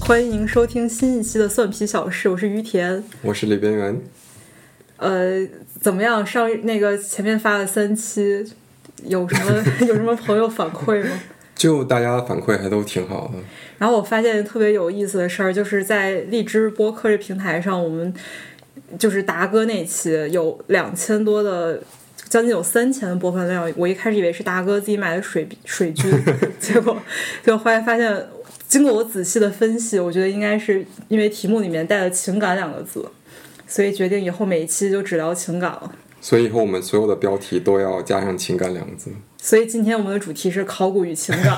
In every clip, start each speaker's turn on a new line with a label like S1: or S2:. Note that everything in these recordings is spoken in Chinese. S1: 欢迎收听新一期的《蒜皮小事》，我是于田。
S2: 我是李边缘，
S1: 呃，怎么样？上那个前面发了三期，有什么 有什么朋友反馈吗？
S2: 就大家的反馈还都挺好的。
S1: 然后我发现特别有意思的事儿，就是在荔枝播客这平台上，我们就是达哥那期有两千多的，将近有三千的播放量。我一开始以为是达哥自己买的水水 军，结果结果后来发现，经过我仔细的分析，我觉得应该是因为题目里面带了“情感”两个字，所以决定以后每一期就只聊情感了。
S2: 所以以后我们所有的标题都要加上“情感”两个字，
S1: 所以今天我们的主题是考古与情感。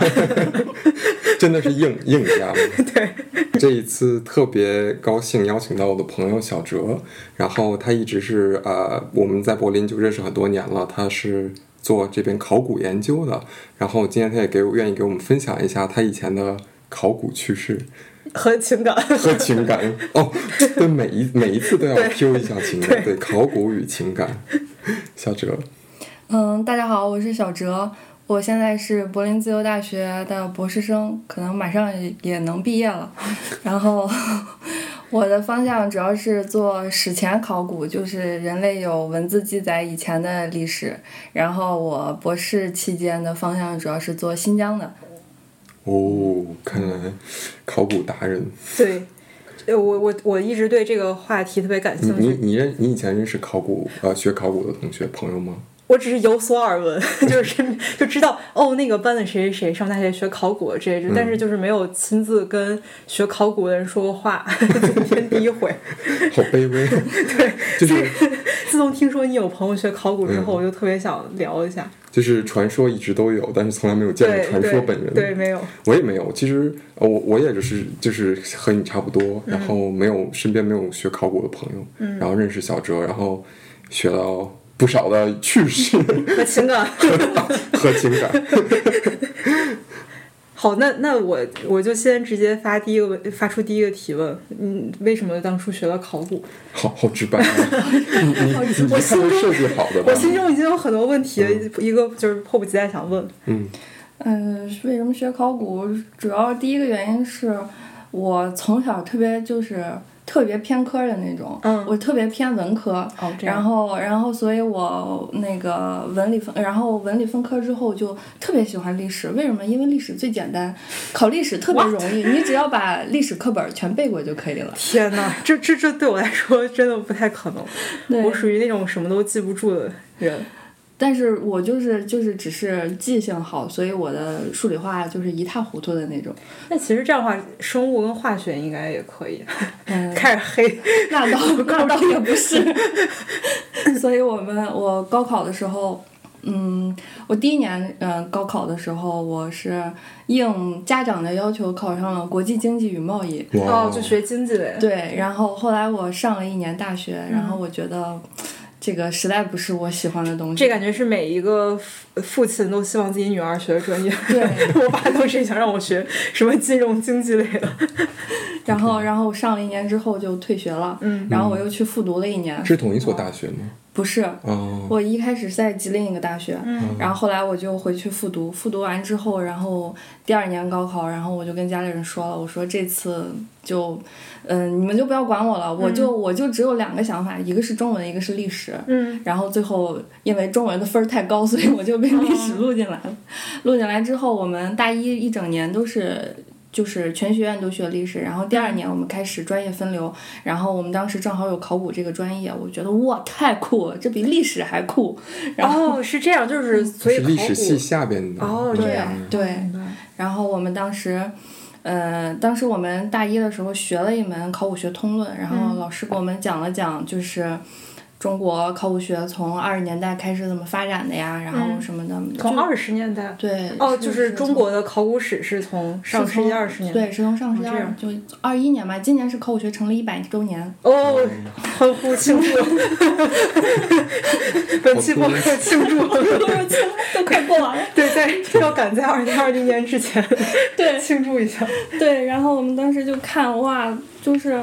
S2: 真的是硬硬加。
S1: 对，
S2: 这一次特别高兴邀请到我的朋友小哲，然后他一直是呃我们在柏林就认识很多年了，他是做这边考古研究的，然后今天他也给我愿意给我们分享一下他以前的考古趣事
S1: 和情感。
S2: 和情感哦，对每一每一次都要
S1: 对
S2: Q 一下情 感，对考古与情感，小哲。
S3: 嗯，大家好，我是小哲，我现在是柏林自由大学的博士生，可能马上也也能毕业了。 然后我的方向主要是做史前考古，就是人类有文字记载以前的历史。然后我博士期间的方向主要是做新疆的。
S2: 哦，看来考古达人，
S1: 对，呃我我我一直对这个话题特别感
S2: 你
S1: 兴
S2: 你
S1: 趣。
S2: 你认你以前认识考古呃学考古的同学朋友吗？
S1: 我只是有所耳 闻，就是就知道哦，那个班的谁谁谁上大学学考古这一
S2: 嗯
S1: 支，但是就是没有亲自跟学考古的人说过话， 今天第一回。
S2: 好卑微，啊
S1: 对，
S2: 就是
S1: 自从听说你有朋友学考古之
S2: 嗯
S1: 后，我就特别想聊一下。
S2: 就是传说一直都有，但是从来没有见过
S1: 对
S2: 传说本人。
S1: 对对，没有。
S2: 我也没有。其实呃我我也就是就是和你差不多，
S1: 嗯
S2: 然后没有身边没有学考古的朋友，然后认识小哲，然后学到不少的 趣事
S1: 那情感
S2: 和情感。
S1: 好，那那我我就先直接发第一个问，发出第一个提问，嗯，为什么当初学了考古？
S2: 好好直白啊！ 你你
S1: 我
S2: 你看
S1: 心
S2: 都
S1: 中
S2: 设计好的吧
S1: 我？心中已经有很多问题了，一个就是迫不及待想问。
S2: 嗯，
S3: 嗯，为什么学考古？主要第一个原因是我从小特别就是特别偏科的那种，
S1: 嗯
S3: 我特别偏文科，
S1: 哦这样
S3: 然后然后所以我那个文理分，然后文理分科之后就特别喜欢历史，为什么？因为历史最简单，考历史特别容易，你只要把历史课本全背过就可以了。
S1: 天哪，这这这对我来说真的不太可能。
S3: 对
S1: 我属于那种什么都记不住的人。
S3: 但是我就是就是只是记性好，所以我的数理化就是一塌糊涂的那种。
S1: 那其实这样的话，生物跟化学应该也可以。
S3: 嗯，
S1: 开始黑，
S3: 那倒 那倒也不是。 所以我们我高考的时候，嗯，我第一年嗯、呃高考的时候，我是应家长的要求考上了国际经济与贸易。
S2: 哇
S1: 哦，就学经济的。
S3: 对，然后后来我上了一年大学，然后我觉得这个实在不是我喜欢的东西。
S1: 这感觉是每一个父父亲都希望自己女儿学的专业。
S3: 对
S1: 我爸当时想让我学什么金融经济类的。
S3: 然后然后我上了一年之后就退学了，
S1: 嗯
S3: 然后我又去复读了一年。
S2: 是同一所大学吗？
S3: 不是，
S2: 哦，
S3: 我一开始是在吉林一个大学，然后后来我就回去复读，复读完之后，然后第二年高考，然后我就跟家里人说了，我说这次就，嗯、你们就不要管我了，我就、我就只有两个想法，一个是中文，一个是历史。
S1: 嗯，
S3: 然后最后因为中文的分儿太高，所以我就被历史录进来了。录进来之后，我们大一一整年都是。就是全学院都学历史，然后第
S1: 嗯
S3: 二年我们开始专业分流，然后我们当时正好有考古这个专业，我觉得哇太酷了，这比历史还酷。 然后、嗯
S1: 哦，是这样，就是所以
S2: 是
S1: 考
S2: 历史
S1: 古
S2: 系下边的
S1: 哦这样
S2: 嗯
S3: 对，然后我们当时，呃，当时我们大一的时候学了一门考古学通论，然
S1: 嗯
S3: 后老师给我们讲了讲，就是中国考古学从二十年代开始怎么发展的呀，然后什么的。
S1: 嗯从
S3: 就
S1: 二十年代。
S3: 对
S1: 哦，就是中
S3: 从
S1: 国的考古史是从上世纪二十年代。
S3: 对，是从上世纪
S1: 哦这
S3: 二
S1: 样，
S3: 就二一年吧。今年是考古学成立一百周年，
S1: 哦，欢呼庆祝！ 本期播客庆祝，
S3: 都快过完了。
S1: 对，在要赶在二零二零年之前
S3: 对，
S1: 庆祝一下。
S3: 对，然后我们当时就看哇，就是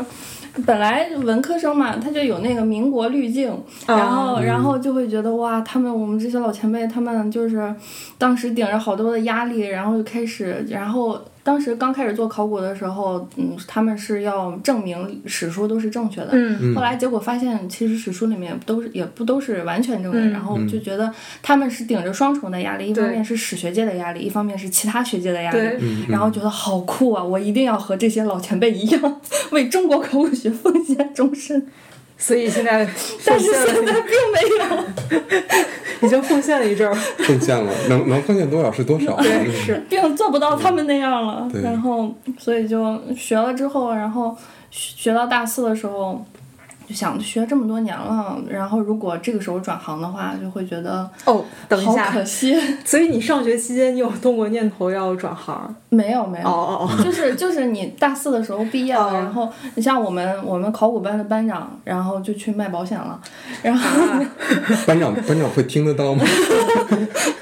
S3: 本来文科生嘛，他就有那个民国滤镜，然后、然后就会觉得哇，他们我们这些老前辈，他们就是当时顶着好多的压力，然后就开始，然后当时刚开始做考古的时候，嗯，他们是要证明史书都是正确的。
S1: 嗯
S3: 后来结果发现，其实史书里面都是也不都是完全正确。
S1: 嗯
S3: 然后就觉得他们是顶着双重的压力，一
S1: 对
S3: 方面是史学界的压力，一方面是其他学界的压力。
S1: 对，
S3: 然后觉得好酷啊！我一定要和这些老前辈一样， 为中国考古学奉献终身。
S1: 所以现在
S3: 但
S1: 奉
S3: 是
S1: 献
S3: 现
S1: 了
S3: 在并没有。
S1: 一，已经奉献了一阵儿，
S2: 奉献了，能能奉献多少是多少。啊
S1: 对，是，
S3: 并做不到他们那样了
S2: 对。
S3: 然后，所以就学了之后，然后学学到大四的时候，就想学这么多年了，然后如果这个时候转行的话，就会觉得
S1: 哦，等一
S3: 好
S1: 下
S3: 可，惜。
S1: 所以你上学期间，你有动过念头要转行？
S3: 没有没有，
S1: 哦哦哦，
S3: 就是就是你大四的时候毕业了，
S1: 哦
S3: 然后你像我们 我们考古班的班长，然后就去卖保险了，然后
S2: 班长班长会听得到吗？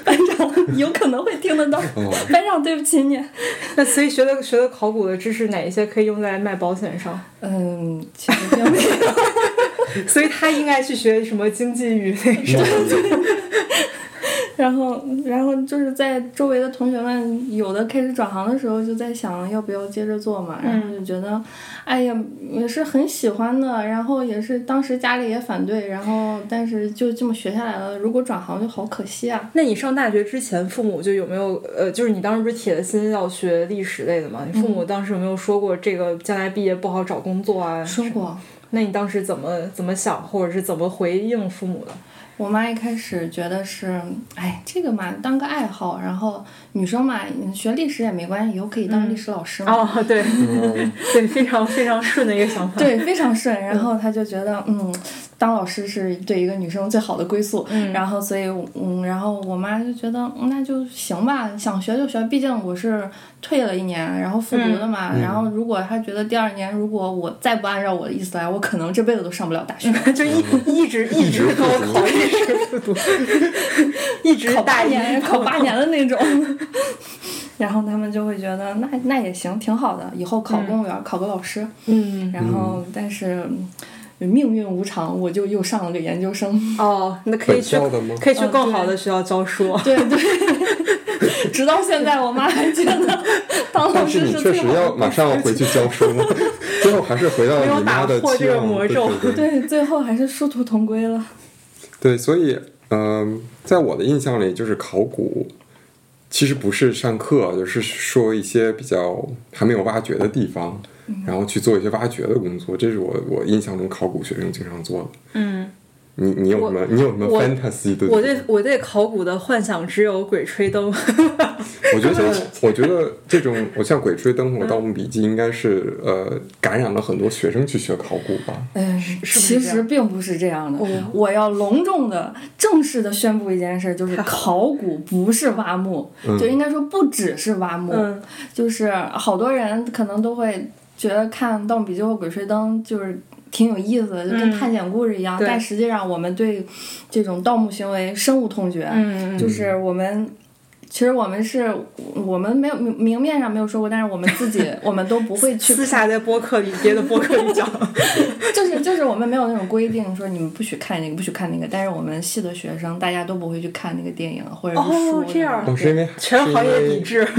S3: 班长有可能会听得到，
S2: 哦，
S3: 班长对不起你。
S1: 那所以学的学的考古的知识，哪一些可以用在卖保险上？
S3: 嗯，其实并没有。
S1: 所以他应该去学什么经济与那什么？
S2: 嗯
S3: 然后，然后就是在周围的同学们有的开始转行的时候，就在想要不要接着做嘛，然后就觉得，哎呀，也是很喜欢的，然后也是当时家里也反对，然后但是就这么学下来了。如果转行就好可惜啊。
S1: 那你上大学之前，父母就有没有呃，就是你当时不是铁了心要学历史类的吗？你父母当时有没有说过这个将来毕业不好找工作啊？
S3: 说过，
S1: 那你当时怎么怎么想，或者是怎么回应父母的？
S3: 我妈一开始觉得是，哎，这个嘛当个爱好，然后女生嘛你学历史也没关系，以后可以当历史老师嘛。
S1: 哦，对，
S2: 嗯
S1: 对，非常非常顺的一个想 法。
S3: 对，非常
S1: 嗯
S3: 顺。然后他就觉得，嗯，当老师是对一个女生最好的归宿。然后，所以，嗯，然后我妈就觉得，嗯那就行吧，想学就学。毕竟我是退了一年，然后复读的嘛。
S1: 嗯
S3: 然后，如果她觉得第二年如果我再不按照我的意思来，我可能这辈子都上不了大学。
S1: 就一
S2: 嗯
S1: 一直一直高考，一直复读，一直
S3: 考八
S1: 大一
S3: 年，考八
S1: 高考
S3: 年的那种。 然后他们就会觉得那那也行，挺好的，以后考公务员，考个老师。
S1: 嗯，
S3: 然后，但是嗯命运无常，我就又上了个研究生。
S1: 哦，那可以
S2: 本
S1: 去
S2: 校的吗？
S1: 可以去
S3: 嗯
S1: 更好
S3: 对
S1: 的学校教书。啊
S3: 对对， 直到现在，我妈还觉得当老
S2: 但是
S3: 师
S2: 你
S3: 是
S2: 确
S3: 最
S2: 实
S3: 好的
S2: 要马上要回去教书 了，最后还是回到
S1: 没有
S2: 你妈的
S1: 打破
S2: 期
S1: 这个
S2: 望
S1: 魔咒
S2: 对 对对
S3: 对，最后还是殊途同归了。
S2: 对，所以，嗯、在我的印象里，就是考古其实不是上课，而是说一些比较还没有挖掘的地方，
S1: 嗯
S2: 然后去做一些挖掘的工作，这是我我印象中考古学生经常做的。
S1: 嗯，
S2: 你你有什么你有什么
S1: 我
S2: fantasy 对
S1: 我
S2: 对
S1: 对我对考古的幻想只有《鬼吹灯》
S2: 我觉得，我觉得这种，我像《鬼吹
S3: 嗯
S2: 灯》和《盗墓笔记》，应该是呃感染了很多学生去学考古吧。
S3: 嗯，
S1: 是不
S3: 其
S1: 是这
S3: 实
S1: 样
S3: 并不是这样的。
S1: 哦
S3: 我要隆重的、正式的宣布一件事， 就是考古不是挖墓，
S2: 嗯
S3: 就应该说不只是挖墓，
S1: 嗯
S3: 就是好多人可能都会觉得看《盗墓笔记》或《鬼吹灯》就是。挺有意思的，就跟
S1: 嗯
S3: 探险故事一样，
S1: 对
S3: 但实际上我们对这种盗墓行为深恶痛绝。
S1: 嗯嗯
S3: 就是我们，其实我们是，我们没有明明面上没有说过，但是我们自 己我们都不会去
S1: 私，下在播客里别的播客里讲。
S3: 就是就是我们没有那种规定说你们不许看那个，不许看那个，但是我们系的学生大家都不会去看那个电影或者是
S1: 哦
S3: 书。
S1: 这样
S2: 哦，是因为
S1: 全行业抵
S2: 制。
S1: 制，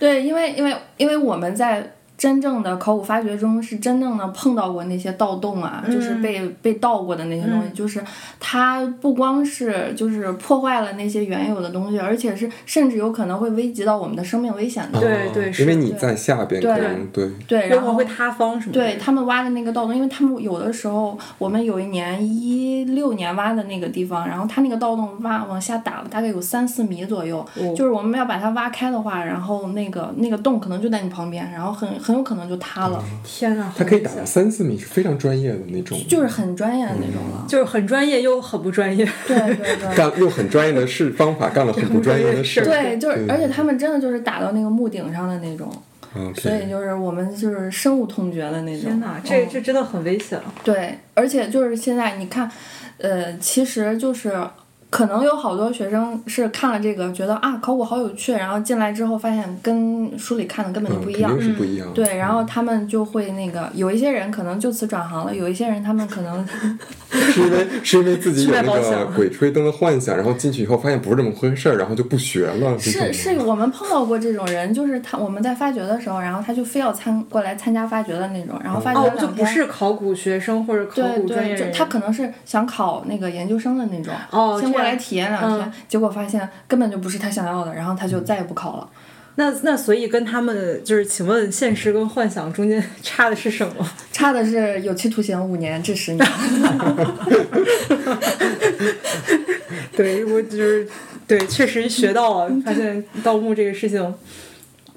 S3: 对，因为因为因为我们在。真正的考古发掘中，是真正的碰到过那些盗洞啊，
S1: 嗯
S3: 就是被被盗过的那些东西，就是它不光是就是破坏了那些原有的东西，而且是甚至有可能会危及到我们的生命危险的。
S1: 对对
S2: 哦
S1: 是
S2: 因为你在下边可能对
S3: 对，
S1: 有
S3: 然
S1: 可
S3: 后
S1: 能会塌方什么的。
S3: 对，他们挖的那个盗洞，因为他们有的时候，我们有一年一六年挖的那个地方，然后他那个盗洞挖往下打了大概有三四米左右，
S1: 哦
S3: 就是我们要把它挖开的话，然后那个那个洞可能就在你旁边，然后很很有可能就塌了，
S1: 天啊，
S2: 它可以打
S1: 好危险
S2: 到三四米，是非常专业的那种，
S3: 就是很专业的那种了。
S1: 就是很专业又很不专业。
S3: 对对 对。
S2: 干用很专业的事方法干了很不专业的事。
S3: 对， 就是，
S2: 对
S3: 而且他们真的就是打到那个墓顶上的那种，所以
S2: OK，
S3: 就是我们就是深恶痛绝的那种。
S1: 天哪，这
S3: 嗯
S1: 这真的很危险。
S3: 对，而且就是现在你看，呃，其实就是可能有好多学生是看了这个，觉得啊考古好有趣，然后进来之后发现跟书里看的根本就
S2: 嗯，
S3: 不
S2: 肯
S3: 一样
S2: 定。是不一样。
S3: 对，然后他们就会那个，有一些人可能就此转行了，有一些人他们可 能
S2: 是因为是因为自己有那
S1: 是外包
S2: 个
S1: 想
S2: 鬼吹灯的幻想，然后进去以后发现不是这么回事儿，然后就不学了。这
S3: 是
S2: 种
S3: 是我们碰到过这种人，就是他我们在发掘的时候，然后他就非要参过来参加发掘的那种，然后发掘
S1: 哦
S3: 了，
S1: 就
S3: 两
S1: 不
S3: 天，
S1: 是考古学生或者考
S3: 对
S1: 古专业
S3: 对，就
S1: 人，
S3: 他可能是想考那个研究生的那种，
S1: 哦
S3: 先过
S1: 这
S3: 来
S1: 样
S3: 体验两天，结果发现根本就不是他想要的，然后他就再也不考了。
S1: 那那所以跟他们就是，请问现实跟幻想中间 差的是什么？
S3: 差的是有期徒刑五年至十 年。
S1: 对我就是对，确实学到了，发现盗墓这个事情，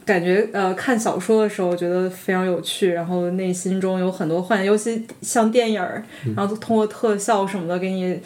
S1: 感觉呃看小说的时候觉得非常有趣，然后内心中有很多幻想，尤其像电影儿，然后通过特效什么的给你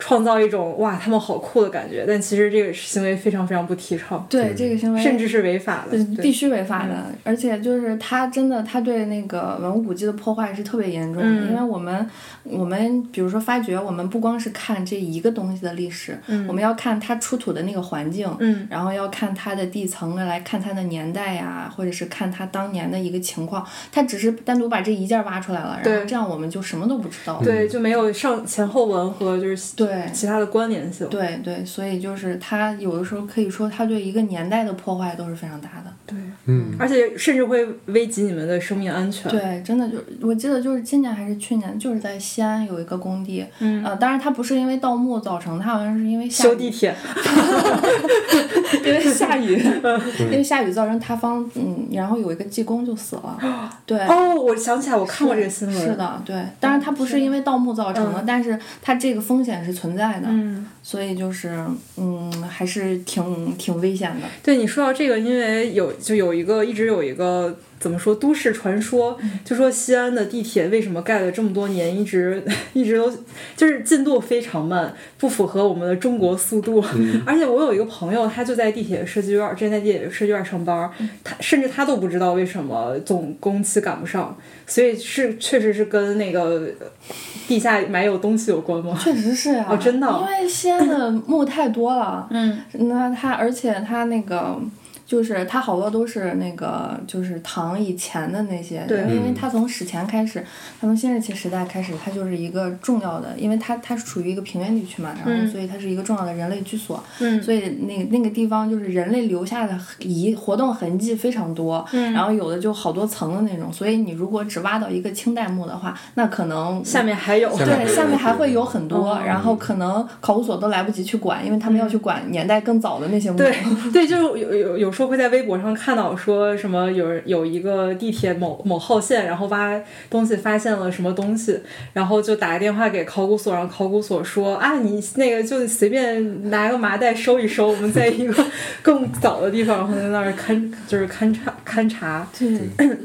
S1: 创造一种哇他们好酷的感觉，但其实这个行为非常非常不提倡，
S3: 对这个行为，
S1: 甚至是违法的
S3: 对，必
S1: 对嗯
S3: 须违法的，而且就是他真的，他对那个文物古迹的破坏是特别严重的，
S1: 嗯
S3: 因为我们我们比如说发掘，我们不光是看这一个东西的历史，我们要看它出土的那个环境，
S1: 嗯
S3: 然后要看它的地层，啊来看它的年代呀、或者是看它当年的一个情况。他只是单独把这一件挖出来了，然后
S1: 对
S3: 这样我们就什么都不知道了。
S1: 对，就没有上前后文和就是
S3: 对
S1: 其他的关联性。
S3: 对对，所以就是他有的时候可以说，他对一个年代的破坏都是非常大的。
S1: 对，
S2: 嗯，
S1: 而且甚至会危及你们的生命安全。
S3: 对，真的就我记得就是今年还是去年，就是在西安有一个工地，
S1: 嗯
S3: 呃，当然它不是因为盗墓造成，它好像是因为下
S1: 修
S3: 雨
S1: 地，铁，
S3: 因为下 雨，
S1: 嗯
S3: 因为下雨造成塌方，嗯，然后有一个技工就死了，对。
S1: 哦，我想起来，我看过这个新闻。哦
S3: 是，的，对，当然它不是因为盗墓造成的，但是它这个风险是存在的，
S1: 嗯，
S3: 所以就是，嗯，还是挺挺危险的。
S1: 对你说到这个，因为有就有一个一直有一个怎么说都市传说，
S3: 嗯
S1: 就说西安的地铁为什么盖了这么多年，一直 一直都就是进度非常慢，不符合我们的中国速度。 而且我有一个朋友，他就在地铁设计院，之前在地铁设计院上班，
S3: 嗯
S1: 他甚至他都不知道为什么总工期赶不上，所以是确实是跟那个呃地下埋有东西有关吗？
S3: 确实是啊，
S1: 哦真的哦
S3: 因为西安的墓太多了，
S1: 嗯，
S3: 那它而且它那个就是它好多都是那个就是唐以前的那些，
S1: 对
S3: 因为它从史前开始，它从新石器时代开始，它就是一个重要的，因为它它是处于一个平原地区嘛，然
S1: 嗯
S3: 后所以它是一个重要的人类居所，
S1: 嗯
S3: 所以那那个地方就是人类留下的遗活动痕迹非常多，
S1: 嗯
S3: 然后有的就好多层的那种，所以你如果只挖到一个清代墓的话，那可能
S1: 下面还有，
S2: 下面
S3: 对，下面还会有很多，
S1: 嗯
S3: 然后可能考古所都来不及去管，因为他们要去管年代更早的那些墓。
S1: 对 对，就是有有有时候会在微博上看到说什么有人有一个地铁某某号线，然后挖东西发现了什么东西，然后就打个电话给考古所，然后考古所说啊，你那个就随便拿个麻袋收一收，我们在一个更早的地方，然后在那儿勘就是勘察勘察。
S3: 就是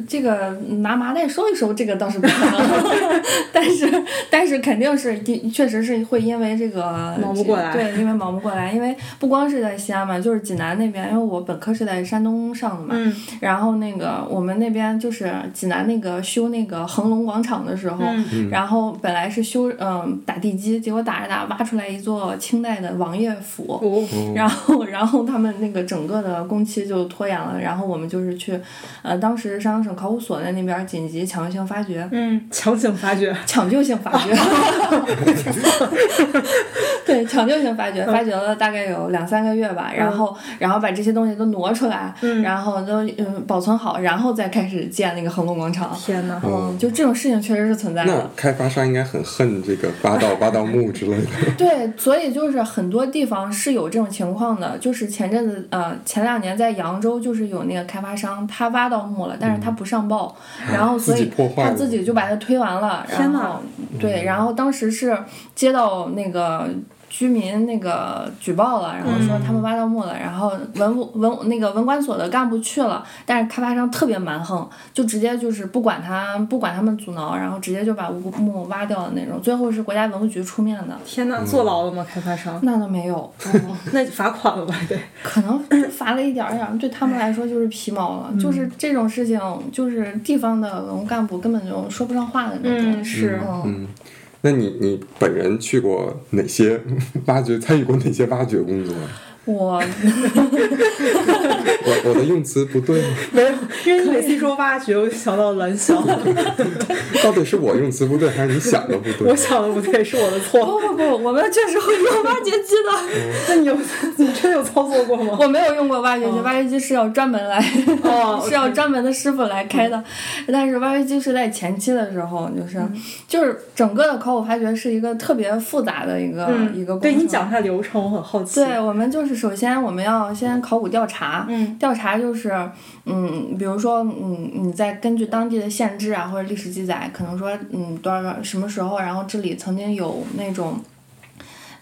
S3: 这个嗯拿麻袋收一收，这个倒是不可 能，但是但是肯定是的，确实是会因为这个
S1: 忙不过来
S3: 对，因为忙不过来，因为不光是在西安嘛，就是济南那边，因为我本科是在山东上的嘛，
S1: 嗯
S3: 然后那个我们那边就是济南那个修那个恒隆广场的时候，
S1: 嗯
S3: 然后本来是修嗯、打地基，结果打着打着挖出来一座清代的王爷府，
S1: 哦，
S3: 然后然后他们那个整个的工期就拖延了，然后我们就是去，呃，当时山东省考古所在那边紧急抢救性发掘，
S1: 嗯，强行发掘，
S3: 抢救性发掘，对，抢救性发掘，发掘了大概有两三个月吧，然后然后把这些东西都挪出来，然后都嗯保存好，然后再开始建那个恒隆广场。
S1: 天哪！
S3: 嗯，就这种事情确实是存在的
S2: 那。开发商应该很恨这个八道八道木之类的。
S3: 对，所以就是很多地方是有这种情况的，就是前阵子呃前两年在扬州就是有那个开发商他挖到墓了，但是他不上报，然后所
S2: 嗯自己
S3: 以
S2: 破坏
S3: 他
S2: 了
S3: 自己就把它推完了，然
S1: 天哪
S3: 后对，然后当时是接到那个。居民那个举报了，然后说他们挖到墓了，然后文物文那个文管所的干部去了，但是开发商特别蛮横，就直接就是不管他不管他们阻挠，然后直接就把墓挖掉的那种，最后是国家文物局出面的，
S1: 天哪，坐牢了吗？开发商？
S3: 那倒没有，嗯
S1: 那罚款了吧？得。
S3: 可能 就罚了一点儿点儿，对他们来说就是皮毛了。就是
S1: 嗯
S3: 这种事情，就是地方的文物干部根本就说不上话的那种。
S1: 是
S3: 嗯
S2: 嗯，那你你本人去过哪些 挖掘，参与过哪些挖掘工作啊？
S3: 我
S2: 我我的用词不对吗？
S1: 没有，因为你每次一说挖掘，我就想到蓝翔，
S2: 到底是我用词不对，还是你想的不
S1: 我
S2: 对？
S1: 想的不对，是我的
S3: 不
S1: 错。
S3: 不不，我们确实会用挖掘机 的，
S1: 那你有你真的有操作过吗？
S3: 我没有用过挖掘机，挖掘机是要专门来，
S1: 嗯 哦嗯
S3: 是要专门的师傅来开的。但是挖掘机是在前期的时候，就是、就是整个的考古发掘是一个特别复杂的一个、一个工
S1: 嗯，
S3: 程。
S1: 对你讲一下流程，我很好奇。
S3: 对，我们就是首先我们要先考古调查，
S1: 嗯
S3: 调查就是，嗯，比如说，嗯，你再根据当地的县志啊或者历史记载，可能说，嗯，多少什么时候，然后这里曾经有那种。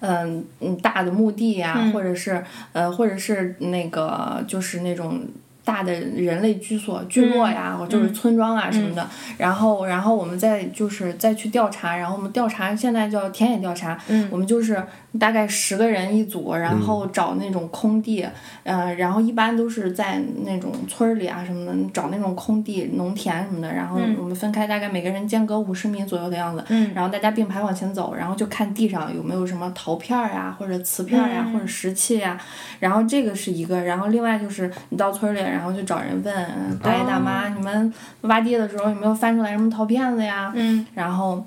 S3: 嗯嗯，大的墓地呀、
S1: 嗯
S3: 或者是呃，或者是那个就是那种大的人类居所、
S1: 嗯
S3: 聚落呀，或者就是村庄啊什么的。然后，然后我们再就是再去调查，然后我们调查现在叫田野调查，
S1: 嗯
S3: 我们就是大概十个人一组，然后找那种空地，呃，然后一般都是在那种村儿里啊什么的，找那种空地、农田什么的，然后我们分开，大概每个人间隔五十米左右的样子，
S1: 嗯
S3: 然后大家并排往前走，然后就看地上有没有什么陶片儿呀、或者瓷片儿呀、
S1: 嗯
S3: 或者石器呀、然后这个是一个，然后另外就是你到村儿里，然后就找人问呃大爷大妈，你们挖地的时候有没有翻出来什么陶片子呀？
S1: 嗯
S3: 然后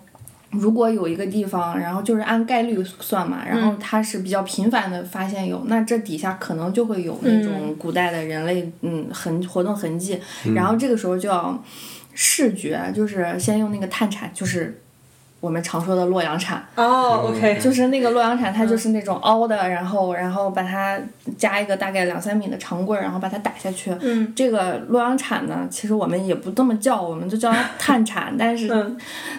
S3: 如果有一个地方，然后就是按概率算嘛，然后它是比较频繁的发现有，那这底下可能就会有那种古代的人类嗯痕活动痕迹，然后这个时候就要视觉，就是先用那个探铲，就是我们常说的洛阳铲，
S1: 哦，OK，
S3: 就是是那个洛阳铲，
S1: 嗯
S3: 它就是那种凹的，然后然后把它加一个大概两三米的长棍儿，然后把它打下去。
S1: 嗯
S3: 这个洛阳铲呢，其实我们也不这么叫，我们就叫 它探铲，但是
S1: 嗯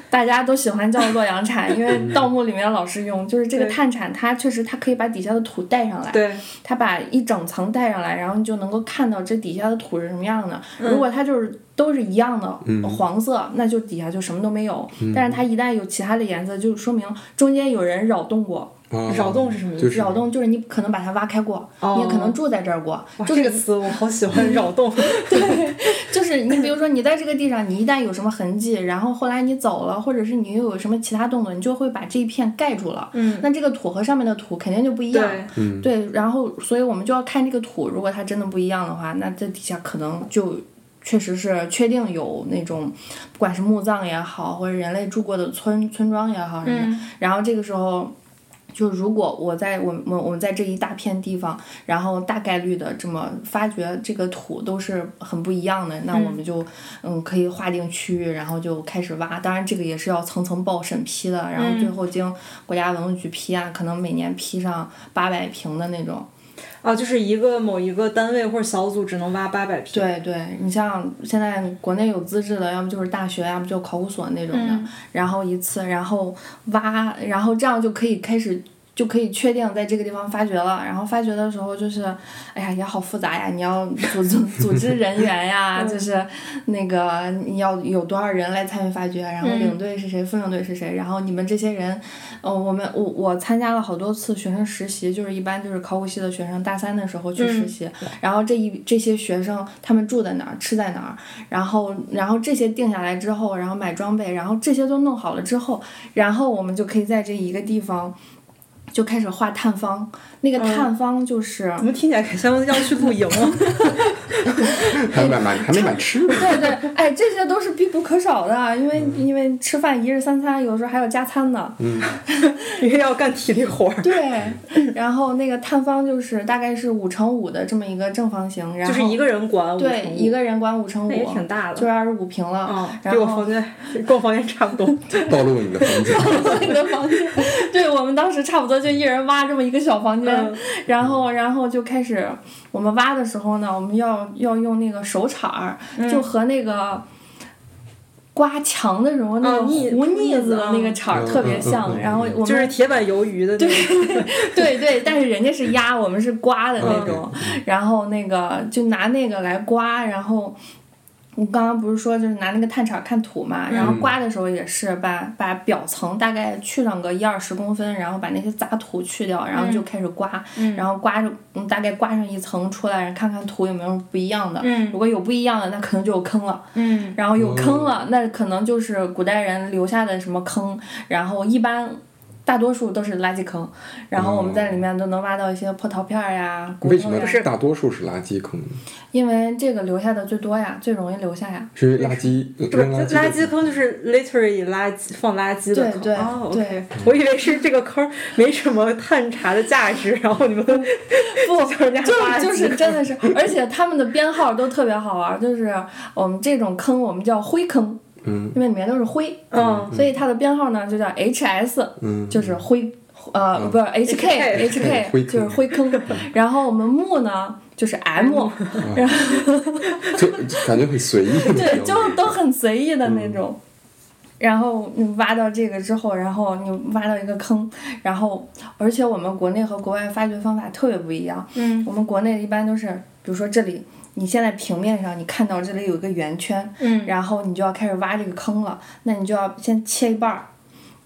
S3: 大家都喜欢叫洛阳铲，因为盗墓里面老是用，就是这个
S1: 对
S3: 探铲，它确实它可以把底下的土带上来，
S1: 对，
S3: 它把一整层带上来，然后你就能够看到这底下的土是什么样的。如
S1: 嗯
S3: 果它就是都是一样的、
S2: 嗯
S3: 黄色，那就底下就什么都没有。但是它一旦有其他的颜色，就说明中间有人扰动过。
S2: 啊
S1: 扰动是什么意思？
S2: 就是
S3: 扰动就是你可能把它挖开过，
S1: 哦
S3: 你也可能住在这儿过，
S1: 哇，
S3: 就
S1: 这
S3: 是
S1: 个词我好喜欢，扰动。 对，
S3: 就是你比如说你在这个地上，你一旦有什么痕迹，然后后来你走了，或者是你又有什么其他动作，你就会把这一片盖住了。
S1: 嗯
S3: 那这个土和上面的土肯定就不一样。
S1: 对，
S3: 对然后所以我们就要看这个土，如果它真的不一样的话，那这底下可能就。确实是确定有那种，不管是墓葬也好，或者人类住过的村村庄也好什么的，
S1: 嗯
S3: 然后这个时候，就如果我在我们我们在这一大片地方，然后大概率的这么发掘这个土都是很不一样的，那我们就嗯可以划定区域，然后就开始挖。当然这个也是要层层报审批的，然后最后经国家文物局批啊，可能每年批上八百平的那种。
S1: 啊，就是一个某一个单位或者小组只能挖八百平。
S3: 对对，你像现在国内有资质的，要么就是大学，要么就考古所那种的，
S1: 嗯
S3: 然后一次，然后挖，然后这样就可以开始。就可以确定在这个地方发掘了，然后发掘的时候就是，哎呀，也好复杂呀！你要组组组织 人员呀，就是那个你要有多少人来参与发掘，然后领队是谁，副领队是谁，然后你们这些人，呃，我们我我参加了好多次学生实习，就是一般就是考古系的学生大三的时候去实习，然后这一这些学生他们住在哪儿，吃在哪儿，然后然后这些定下来之后，然后买装备，然后这些都弄好了之后，然后我们就可以在这一个地方。就开始画探方，那个探方就是、
S1: 怎么听起来像要去露营啊？
S2: 还买买还没买吃呢，
S3: 对对，哎，这些都是必不可少的，因为因为吃饭一日三餐，有的时候还有加餐呢。
S1: 因为要干体力活 儿，
S3: 对，然后那个探方就是大概是五乘五的这么一个正方形，然
S1: 就
S3: 后
S1: 是一个人管五
S3: 对
S1: 乘五
S3: 一个人管五乘五，
S1: 那也挺大的
S3: 就是二十五平了。
S1: 啊，比
S3: 然
S1: 我
S3: 后
S1: 房间跟我房间差不多。
S2: 暴露你的房间。
S3: 那个房间，对我们当时差不多就一人挖这么一个小房间，
S1: 嗯
S3: 然后然后就开始我们挖的时候呢，我们要要用那个手铲儿，
S1: 嗯
S3: 就和那个。刮墙的时候，那个
S1: 哦腻
S3: 糊腻子的那个
S1: 嗯
S3: 铲儿
S2: 嗯
S3: 特别
S2: 嗯
S3: 像，
S2: 嗯嗯
S3: 然后我们
S1: 就是铁板鱿鱼的那种。
S3: 对对，但是人家是压，我们
S1: 嗯
S2: 啊
S3: 是刮的那种，然后那个就拿那个来刮，然后。我刚刚不是说就是拿那个探铲看土嘛，
S2: 嗯
S3: 然后刮的时候也是把把表层大概去上个一二十公分，然后把那些杂土去掉，然后就开始刮，然后刮着嗯大概刮上一层出来，看看土有没有不一样的。
S2: 嗯
S3: 如果有不一样的，那可能就有坑了。
S4: 嗯
S3: 然后有坑
S2: 哦
S3: 了，那可能就是古代人留下的什么坑，然后一般。大多数都是垃圾坑，然后我们在里面都能挖到一些破陶片儿呀、骨
S2: 为什
S3: 头
S2: 么
S3: 呀，
S2: 大多数是垃圾坑？
S3: 因为这个留下的最多呀，最容易留下呀。
S2: 是因为垃圾扔垃圾的
S1: 垃圾坑就是 literally 垃圾放垃圾的坑。
S3: 对对
S1: 哦
S3: 对
S1: OK，我以为是这个坑没什么探查的价 值，然后你们不就是人家垃圾
S3: 就就是
S1: 坑
S3: 真的是， 而且他们的编号都特别好玩儿，就是我们这种坑我们叫灰坑，
S2: 嗯
S3: 因为里面都是灰，
S1: 嗯
S3: 所以它的编号呢就叫 HS，
S2: 嗯，
S3: 就是灰。呃，不是 HK
S2: HK 嗯 灰
S3: HK 就是
S2: 坑
S3: 灰坑，然后我们木呢就是 M，
S2: 就就感觉很随意。
S3: 对，就是都很随意的那种。然后你挖到这个之后，然后你挖到一个坑，然后而且我们国内和国外发掘方法特别不一样。
S4: 嗯
S3: 我们国内一般都是，比如说这里，你现在平面上你看到这里有一个圆圈，
S4: 嗯
S3: 然后你就要开始挖这个坑了，那你就要先切一半儿。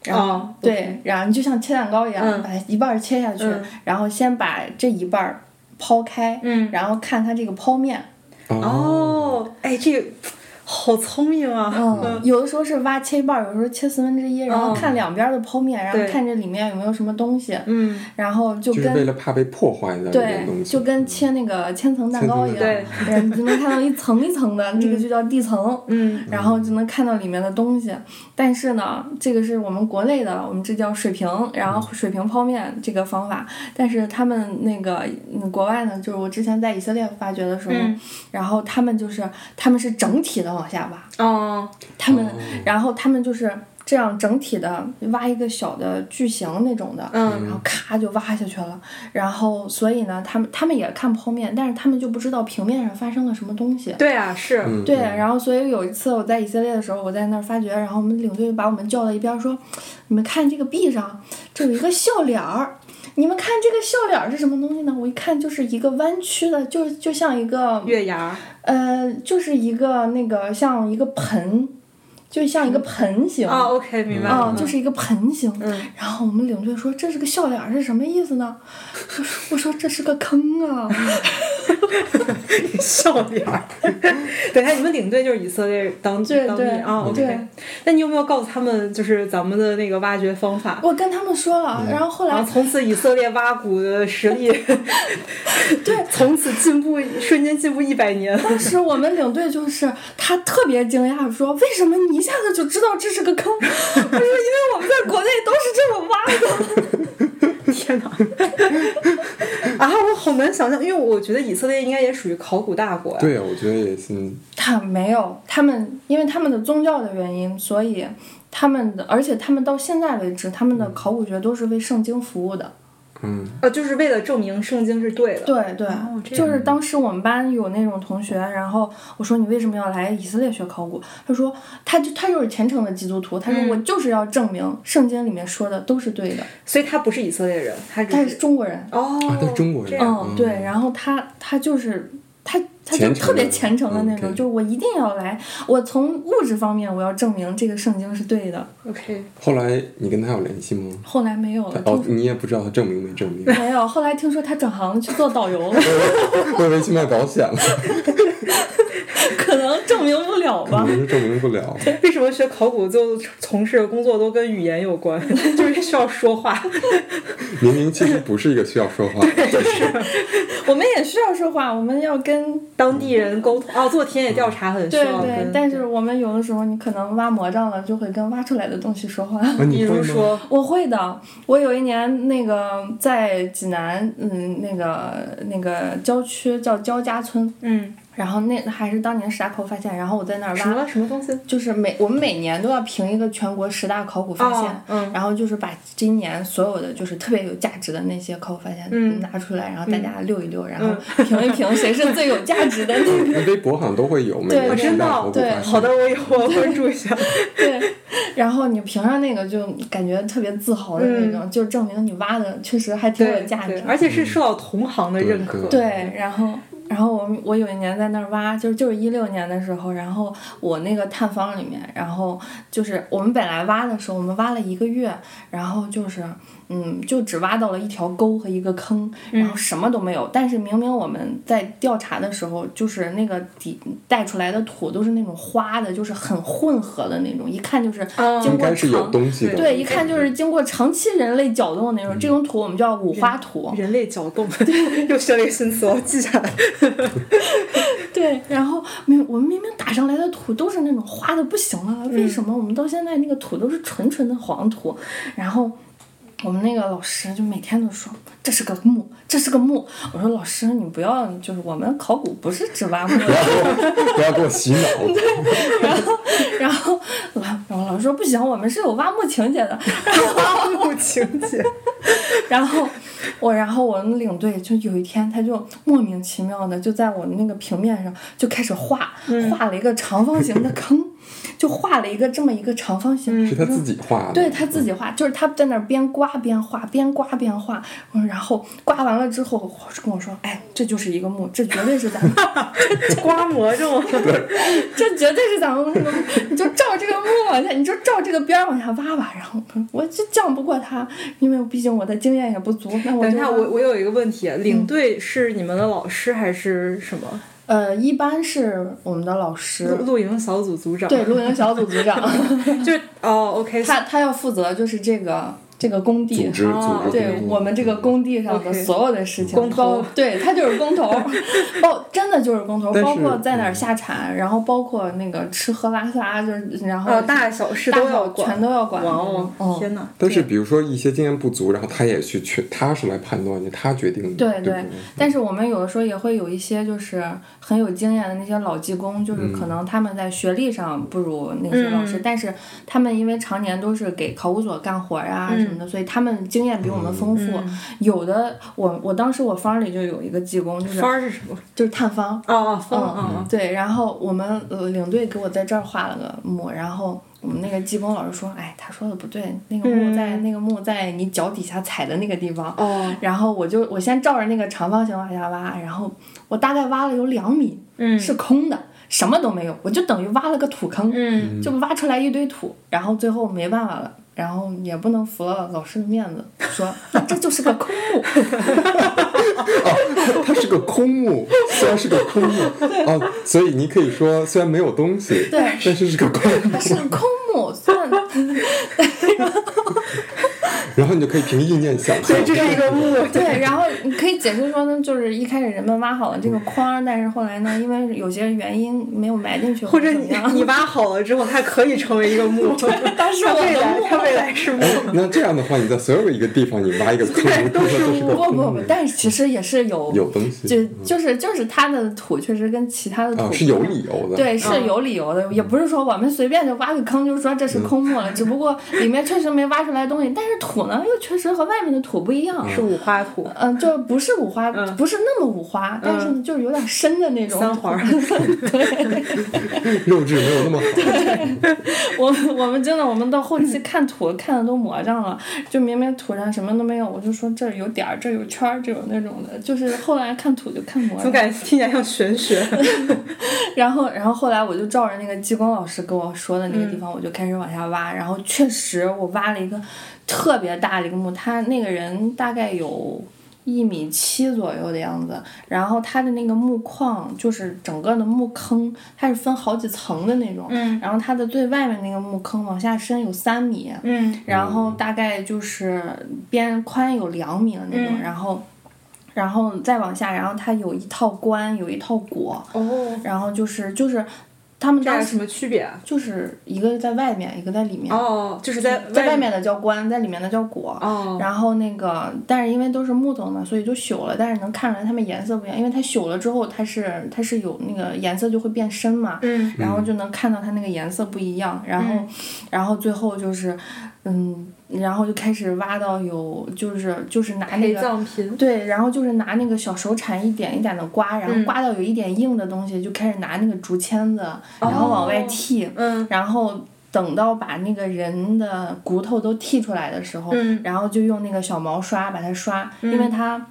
S3: 然后、
S1: 哦
S3: 对，然后你就像切蛋糕一样，
S1: 嗯
S3: 把一半儿切下去，
S1: 嗯
S3: 然后先把这一半儿抛开，
S4: 嗯
S3: 然后看它这个剖面，
S2: 啊
S3: 嗯
S1: 哦，哎，这个好聪明啊！
S3: 嗯，有的时候是挖切一半儿，有的时候切四分之一，然后
S1: 嗯
S3: 看两边儿的剖面，然后
S1: 对
S3: 看这里面有没有什么东西，
S1: 嗯，
S3: 然后就
S2: 就是为
S3: 跟
S2: 了怕被破坏的那种
S3: 对，
S2: 东西，
S3: 就跟切那个千层蛋糕一样，
S1: 对，
S3: 然后你就能看到一层一层的，这个就叫地层，
S1: 嗯，
S3: 然后就能看到里面的东西。但是呢，这个是我们国内的，我们这叫水平，然
S2: 嗯
S3: 后水平剖面这个方法。但是他们那个嗯国外呢，就是我之前在以色列发掘的时候，
S4: 嗯
S3: 然后他们就是他们是整体的往下挖，
S4: 哦
S3: 他们，然后他们就是这样整体的挖一个小的巨型那种的，
S4: 嗯
S3: 然后咔就挖下去了。然后所以呢，他们他们也看剖面，但是他们就不知道平面上发生了什么东西。
S1: 对啊，是，
S2: 嗯
S3: 对，
S2: 嗯
S3: 然后所以有一次我在以色列的时候，我在那儿发掘，然后我们领队把我们叫到一边儿说：“你们看这个壁上，这有一个笑脸儿。你们看这个笑脸儿是什么东西呢？我一看就是一个弯曲的，就就像一个
S1: 月牙儿，
S3: 呃，就是一个那个像一个盆，就像一个盆形。
S1: 哦，OK，明
S2: 嗯
S1: 白
S3: 啊
S1: 了，，
S3: 就是一个盆形。
S1: 嗯
S3: 然后我们领队说：“这是个笑脸儿，是什么意思呢？”我说：“我说这是个坑啊。
S1: 笑脸 儿。等一下，你们领队就是以色列当
S3: 对
S1: 当地
S3: 对
S1: 啊
S3: 对
S1: ，OK。那你有没有告诉他们，就是咱们的那个挖掘方法”？
S3: 我跟他们说了，然后后
S1: 然
S3: 来
S1: 后从此以色列挖谷的实力， 对， 从此进步瞬间进步一百年。
S3: 当时我们领队就是他特别惊讶，说：“为什么你一下子就知道这是个坑？” 我说：“因为我们在国内都是这么挖的。
S1: 天哪！啊，我好难想象，因为我觉得以色列应该也属于考古大国呀。
S2: 对，啊我觉得也是，”
S3: 他没有，他们因为他们的宗教的原因，所以他们的，而且他们到现在为止，他们的考古学都是为圣经服务的。
S2: 嗯，
S1: 呃，就是为了证明圣经是对的。
S3: 对对，
S1: 这
S3: 就是当时我们班有那种同学，然后我说你为什么要来以色列学考古？他说他就他就是虔诚的基督徒，他说我就是要证明圣经里面说的都是对的。
S1: 所以他不是以色列人，他只
S3: 他是中国人，
S1: 哦，
S2: 啊他是中国人
S1: 这样
S3: 嗯，对，然后他他就是。他他就
S2: 虔诚的
S3: 特别虔诚的那种，
S2: 嗯，OK
S3: 就是我一定要来，我从物质方面我要证明这个圣经是对的。
S1: OK，
S2: 后来你跟他有联系吗？
S3: 后来没有了，
S2: 哦，
S3: 听
S2: 你也不知道他证明没证明，
S3: 没有，后来听说他转行去做导游了，
S2: 我以为去卖保险了，
S3: 可能证明不了吧
S2: 可。能是证明不了。
S1: 为什么学考古就从事的工作都跟语言有关， 就是需要说话？
S2: 明明其实不是一个需要说话的，
S3: 我们也需要说话，我们要跟
S1: 当地人沟通哦，做田野调查很需
S3: 对
S1: 要
S3: 对
S1: 跟，
S3: 但是我们有的时候你可能挖魔杖了，就会跟挖出来的东西说话。
S2: 啊
S1: 比
S2: 你会
S1: 如
S2: 吗？
S1: 说，
S3: 我会的，我有一年那个在济南，嗯，那个那个郊区叫焦家村，
S4: 嗯
S3: 然后那还是当年十大考古发现，然后我在那儿
S1: 什
S3: 挖，
S1: 么什么东西？
S3: 就是每我们每年都要评一个全国十大考古发现，
S1: 哦嗯
S3: 然后就是把今年所有的就是特别有价值的那些考古发现
S1: 嗯
S3: 拿出来，然后大家溜一溜，然后 评一评谁是最有价值的那个。
S2: 那微博好像都会有，每
S3: 对
S2: 年
S3: 真的
S2: 十大头骨
S3: 对
S2: 发
S1: 好
S2: 现
S1: 的，我以后关注一下。
S3: 对，然后你评上那个就感觉特别自豪的那种，就证明你挖的确实还挺有
S1: 嗯对
S3: 价值
S1: 嗯对，。而且是受到同行的认可。
S2: 对
S3: 对，然后然后我我有一年在那儿挖，就是就是一六年的时候，然后我那个探方里面，然后就是我们本来挖的时候，我们挖了一个月，然后就是嗯，就只挖到了一条沟和一个坑，然后什么都没有。但是明明我们在调查的时候，就是那个底带出来的土都是那种花的，就是很混合的那种，一看就是
S1: 哦
S3: 经
S2: 应
S3: 过
S2: 该是有
S3: 长。
S2: 东西的。
S3: 对，一看就是经过长期人类搅动的那种，这
S2: 嗯
S3: 种土我们叫五花土。
S1: 人类搅 动，又学了一个新词，我要记下来。
S3: 对，然后明我们明明打上来的土都是那种花的不行了，为什么我们到现在那个土都是纯纯的黄土？然后我们那个老师就每天都说这是个墓，这是个墓。我说老师你不要，就是我们考古不是只挖墓的。
S2: 不要给我洗脑。
S3: 然后老然后老师说不行，我们是有挖墓情节的。
S1: 有情节，
S3: 然后我，然后我们领队就有一天，他就莫名其妙的就在我们那个平面上就开始画，
S1: 嗯
S3: 画了一个长方形的坑，就画了一个这么一个长方形。
S1: 嗯
S2: 是他自己画 的，
S3: 对他自己画，就是他在那儿边刮边画，边刮边画，嗯然后刮完了之后我跟我说：“哎，这就是一个墓，这绝对是咱们，
S1: 刮魔咒，
S3: 这绝对是咱们那个墓，你就照这个墓往下，你就照这个边儿往下挖吧。”然后我就犟不过他，因为毕竟我的经验也不足。那我嗯
S1: 等
S3: 就
S1: 一下，
S3: 让
S1: 我我有一个问题，领队是你们的老师还是什么？
S3: 呃，一般是我们的老师
S1: 露，露营小组组长？
S3: 对，露营小组组长，
S1: 就是哦，OK，
S3: 他他要负责就是这个这个工地
S2: 组。织
S1: 哦
S2: 组织
S3: 对我们这个工地上的
S1: OK
S3: 所有的事情，
S1: 工头
S3: 包对他就是工 头，包真的就是工头，
S2: 但是嗯
S3: 包括在哪儿下产，然后包括那个吃喝拉撒，就是然后
S1: 哦，大小事
S3: 大
S1: 都
S3: 小
S1: 要管，
S3: 全都要管
S1: 哇
S3: 嗯
S1: 哦，天哪！
S2: 但是比如说一些经验不足，然后他也去去，他是来判断的，他决定的，
S3: 对
S2: 对
S3: 对
S2: 不对，
S3: 但是我们有的时候也会有一些就是很有经验的那些老技工，就是可能他们在学历上不如那些老师，
S1: 嗯
S3: 但是他们因为常年都是给考古所干活呀、
S1: 嗯
S3: 什么的，所以他们经验比我们丰富。有的我我当时我方里就有一个技工，就是
S1: 方儿是什么？
S3: 就是探方，
S1: 哦哦，
S3: 嗯
S1: 方哦哦，
S3: 对，然后我们呃领队给我在这儿画了个墓，然后我们那个技工老师说，哎，他说的不对，那个墓在、
S1: 嗯
S3: 那个墓在你脚底下踩的那个地方。
S1: 哦，
S3: 然后我就我先照着那个长方形往下挖，然后我大概挖了有两米，
S1: 嗯
S3: 是空的，什么都没有，我就等于挖了个土坑，
S1: 嗯，
S3: 就挖出来一堆土，然后最后没办法了。然后也不能服了老师的面子，说 那这就是个空墓，
S2: 哦，他是个空墓，虽然是个空墓，哦，所以你可以说虽然没有东西，
S3: 对
S2: 但是是个空墓
S3: 它，是个空墓，算
S2: 然后你就可以凭意念想
S1: 对，，
S2: 象
S1: 这是一个木，
S3: 对，然后你可以解释说呢，就是一开始人们挖好了这个框儿，但是后来呢，因为有些原因没有埋进去，
S1: 或者
S3: 怎么
S1: 你
S3: 样？
S1: 你挖好了之后，它可以成为一个 木，
S3: 但是
S1: 它
S3: 我
S1: 未
S3: 的
S1: 来
S3: 墓
S1: 它未来是 木。
S2: 那这样的话，你在所有一个地方你挖一个坑，你都说这是个
S3: 不不
S2: 空
S3: 不
S2: 墓，，
S3: 但是其实也是有
S2: 有东西，
S3: 就就是就是它的土确实跟其他的嗯
S2: 啊
S3: 土
S2: 是
S3: 不
S2: 有
S3: 一样
S2: 理由的，
S3: 对，是有理由的，也不是说我们随便就挖个坑就说这是空墓了，只不过里面确实没挖出来东西，但是土呢又确实和外面的土不一样，
S1: 是五花土，
S3: 嗯，就不是五花，
S1: 嗯
S3: 不是那么五花，但是呢就是有点深的那种
S1: 三
S3: 土
S1: 环儿。
S2: 肉质没有那么好，
S3: 我我们真的，我们到后期看图看的都魔怔了，就明明土上什么都没有，我就说这儿有点儿，这儿有圈儿，这有那种的，就是后来看土就看魔
S1: 总
S3: 怔。
S1: 感觉听起来像玄学。
S3: 然后，然后后来我就照着那个激光老师跟我说的那个地
S1: 嗯
S3: 方，我就开始往下挖，然后确实我挖了一个特别大的一个墓，他那个人大概有。一米七左右的样子，然后他的那个墓框就是整个的墓坑，它是分好几层的那种，
S1: 嗯
S3: 然后它的最外面那个墓坑往下深有三米，
S1: 嗯
S3: 然后大概就是边宽有两米的那种，
S1: 嗯
S3: 然后，然后再往下，然后它有一套棺，有一套椁，
S1: 哦，
S3: 然后就是就是他们
S1: 这俩
S3: 当
S1: 有
S3: 时
S1: 什么区别啊？
S3: 就是一个在外面，一个在里面，
S1: 哦，就是在
S3: 在外面的叫棺，在里面的叫椁。
S1: 哦，
S3: 然后那个，但是因为都是木头嘛，所以就朽了。但是能看出来它们颜色不一样，因为它朽了之后，它是它是有那个颜色就会变深嘛。
S1: 嗯
S3: 然后就能看到它那个颜色不一样，然后，
S1: 嗯
S3: 然后最后就是，嗯，然后就开始挖到有，就是就是拿那
S1: 陪
S3: 个。
S1: 葬品，
S3: 对，然后就是拿那个小手铲一点一点的刮，然后
S1: 嗯哦
S3: 刮到有一点硬的东西，就开始拿那个竹签子，然后往外剔，
S1: 嗯
S3: 然后等到把那个人的骨头都剔出来的时候，
S1: 嗯
S3: 然后就用那个小毛刷把它刷，因为它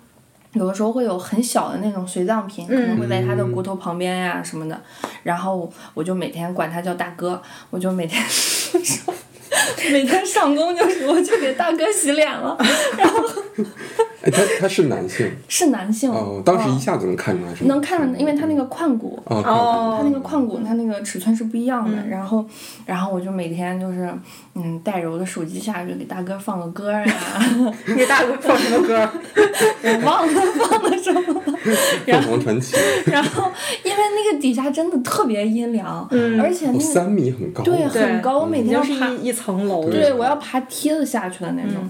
S3: 有的时候会有很小的那种随葬品，可能会在他的骨头旁边呀、什么的。然后我就每天管他叫大哥，我就每天上 每天上工就是 我就给大哥洗脸了。
S2: 哎，他他是男性
S3: 是男性，
S2: 哦，当时
S3: 嗯
S2: 一下子能看出来是嗯吗？
S3: 能看出来，因为他那个髋骨，
S2: 哦，
S1: 哦
S2: 看
S3: 它那个髋骨它嗯那个尺寸是不一样的，然后然后我就每天就是嗯带着我的手机下去给大哥放个歌啊呀、
S1: 你给大哥 放什么歌？
S3: 我忘了放的什么了，
S2: 凤凰 传奇，
S3: 然后因为那个底下真的特别阴凉，而且
S2: 哦，
S3: 那个
S2: 三米很高，
S3: 对
S1: 嗯
S3: 啊
S1: 对
S3: 很高，我每
S1: 你
S3: 天要
S1: 就是
S3: 爬，
S1: 一一层楼。
S2: 对
S3: 对我要爬梯子下去的那
S1: 嗯
S3: 种，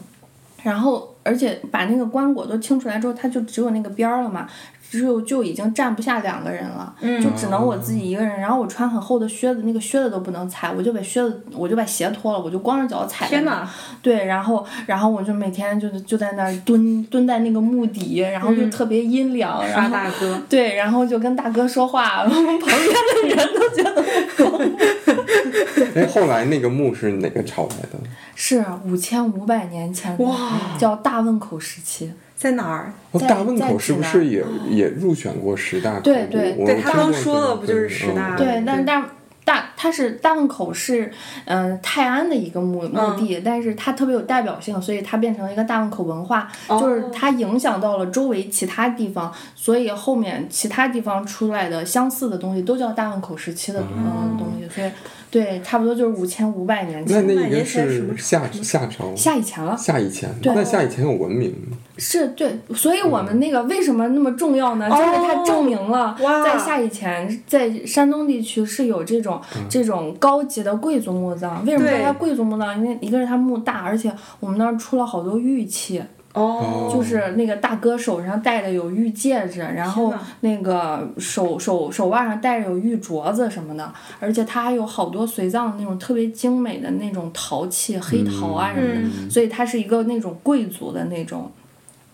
S3: 然后而且把那个棺椁都清出来之后，它就只有那个边儿了嘛。只有就已经站不下两个人了，
S1: 嗯
S3: 就只能我自己一个人。然后我穿很厚的靴子，那个靴子都不能踩，我就把靴子，我就把鞋脱了，我就光着脚踩。
S1: 天哪！
S3: 对，然后然后我就每天就是就在那儿蹲蹲在那个墓底，然后就特别阴凉，然
S1: 嗯刷
S3: 后
S1: 大哥，
S3: 对，然后就跟大哥说话，我们旁边的人都觉得我疯。
S2: 哎，后来那个墓是哪个朝来的？
S3: 是啊五千五百年前的，
S1: 哇
S3: 叫大汶口时期。
S1: 在哪儿？
S2: 哦，
S3: 在
S2: 大汶
S3: 在
S2: 口是不
S3: 济南
S2: 是也也入选过十大考古？
S3: 对对
S2: 我
S1: 对他
S2: 听
S1: 刚
S2: 过
S1: 说
S2: 这
S1: 了
S2: 个
S1: 不就是十大
S2: 嗯
S3: 对，但
S1: 对
S3: 是大大它是大汶口是嗯、呃泰安的一个墓墓地，但是它特别有代表性，所以它变成了一个大汶口文化，就是
S1: 哦
S3: 它影响到了周围其他地方，所以后面其他地方出来的相似的东西都叫大汶口时期的嗯东西，所以对，差不多就是五千五百年
S2: 那
S3: 前。
S2: 那
S1: 那
S2: 应该
S1: 年是什
S2: 是
S1: 么
S2: 夏夏朝，
S3: 下以前了，
S2: 夏以前。那夏以前有文明吗？
S3: 是对，所以我们那个为什么那么重要呢？
S1: 嗯哦
S3: 就是它证明了，
S1: 哇
S3: 在夏以前，在山东地区是有这种这种高级的贵族墓葬。为什么
S1: 嗯对
S3: 叫它贵族墓葬？因为一个是它墓大，而且我们那儿出了好多玉器，
S1: 哦
S3: 就是那个大哥手上戴的有玉戒指，然后
S1: 天哪
S3: 那个手手手腕上戴着有玉镯子什么的，而且它还有好多随葬的那种特别精美的那种陶器，黑陶啊什么的，
S1: 嗯
S3: 所以它是一个那种贵族的那种，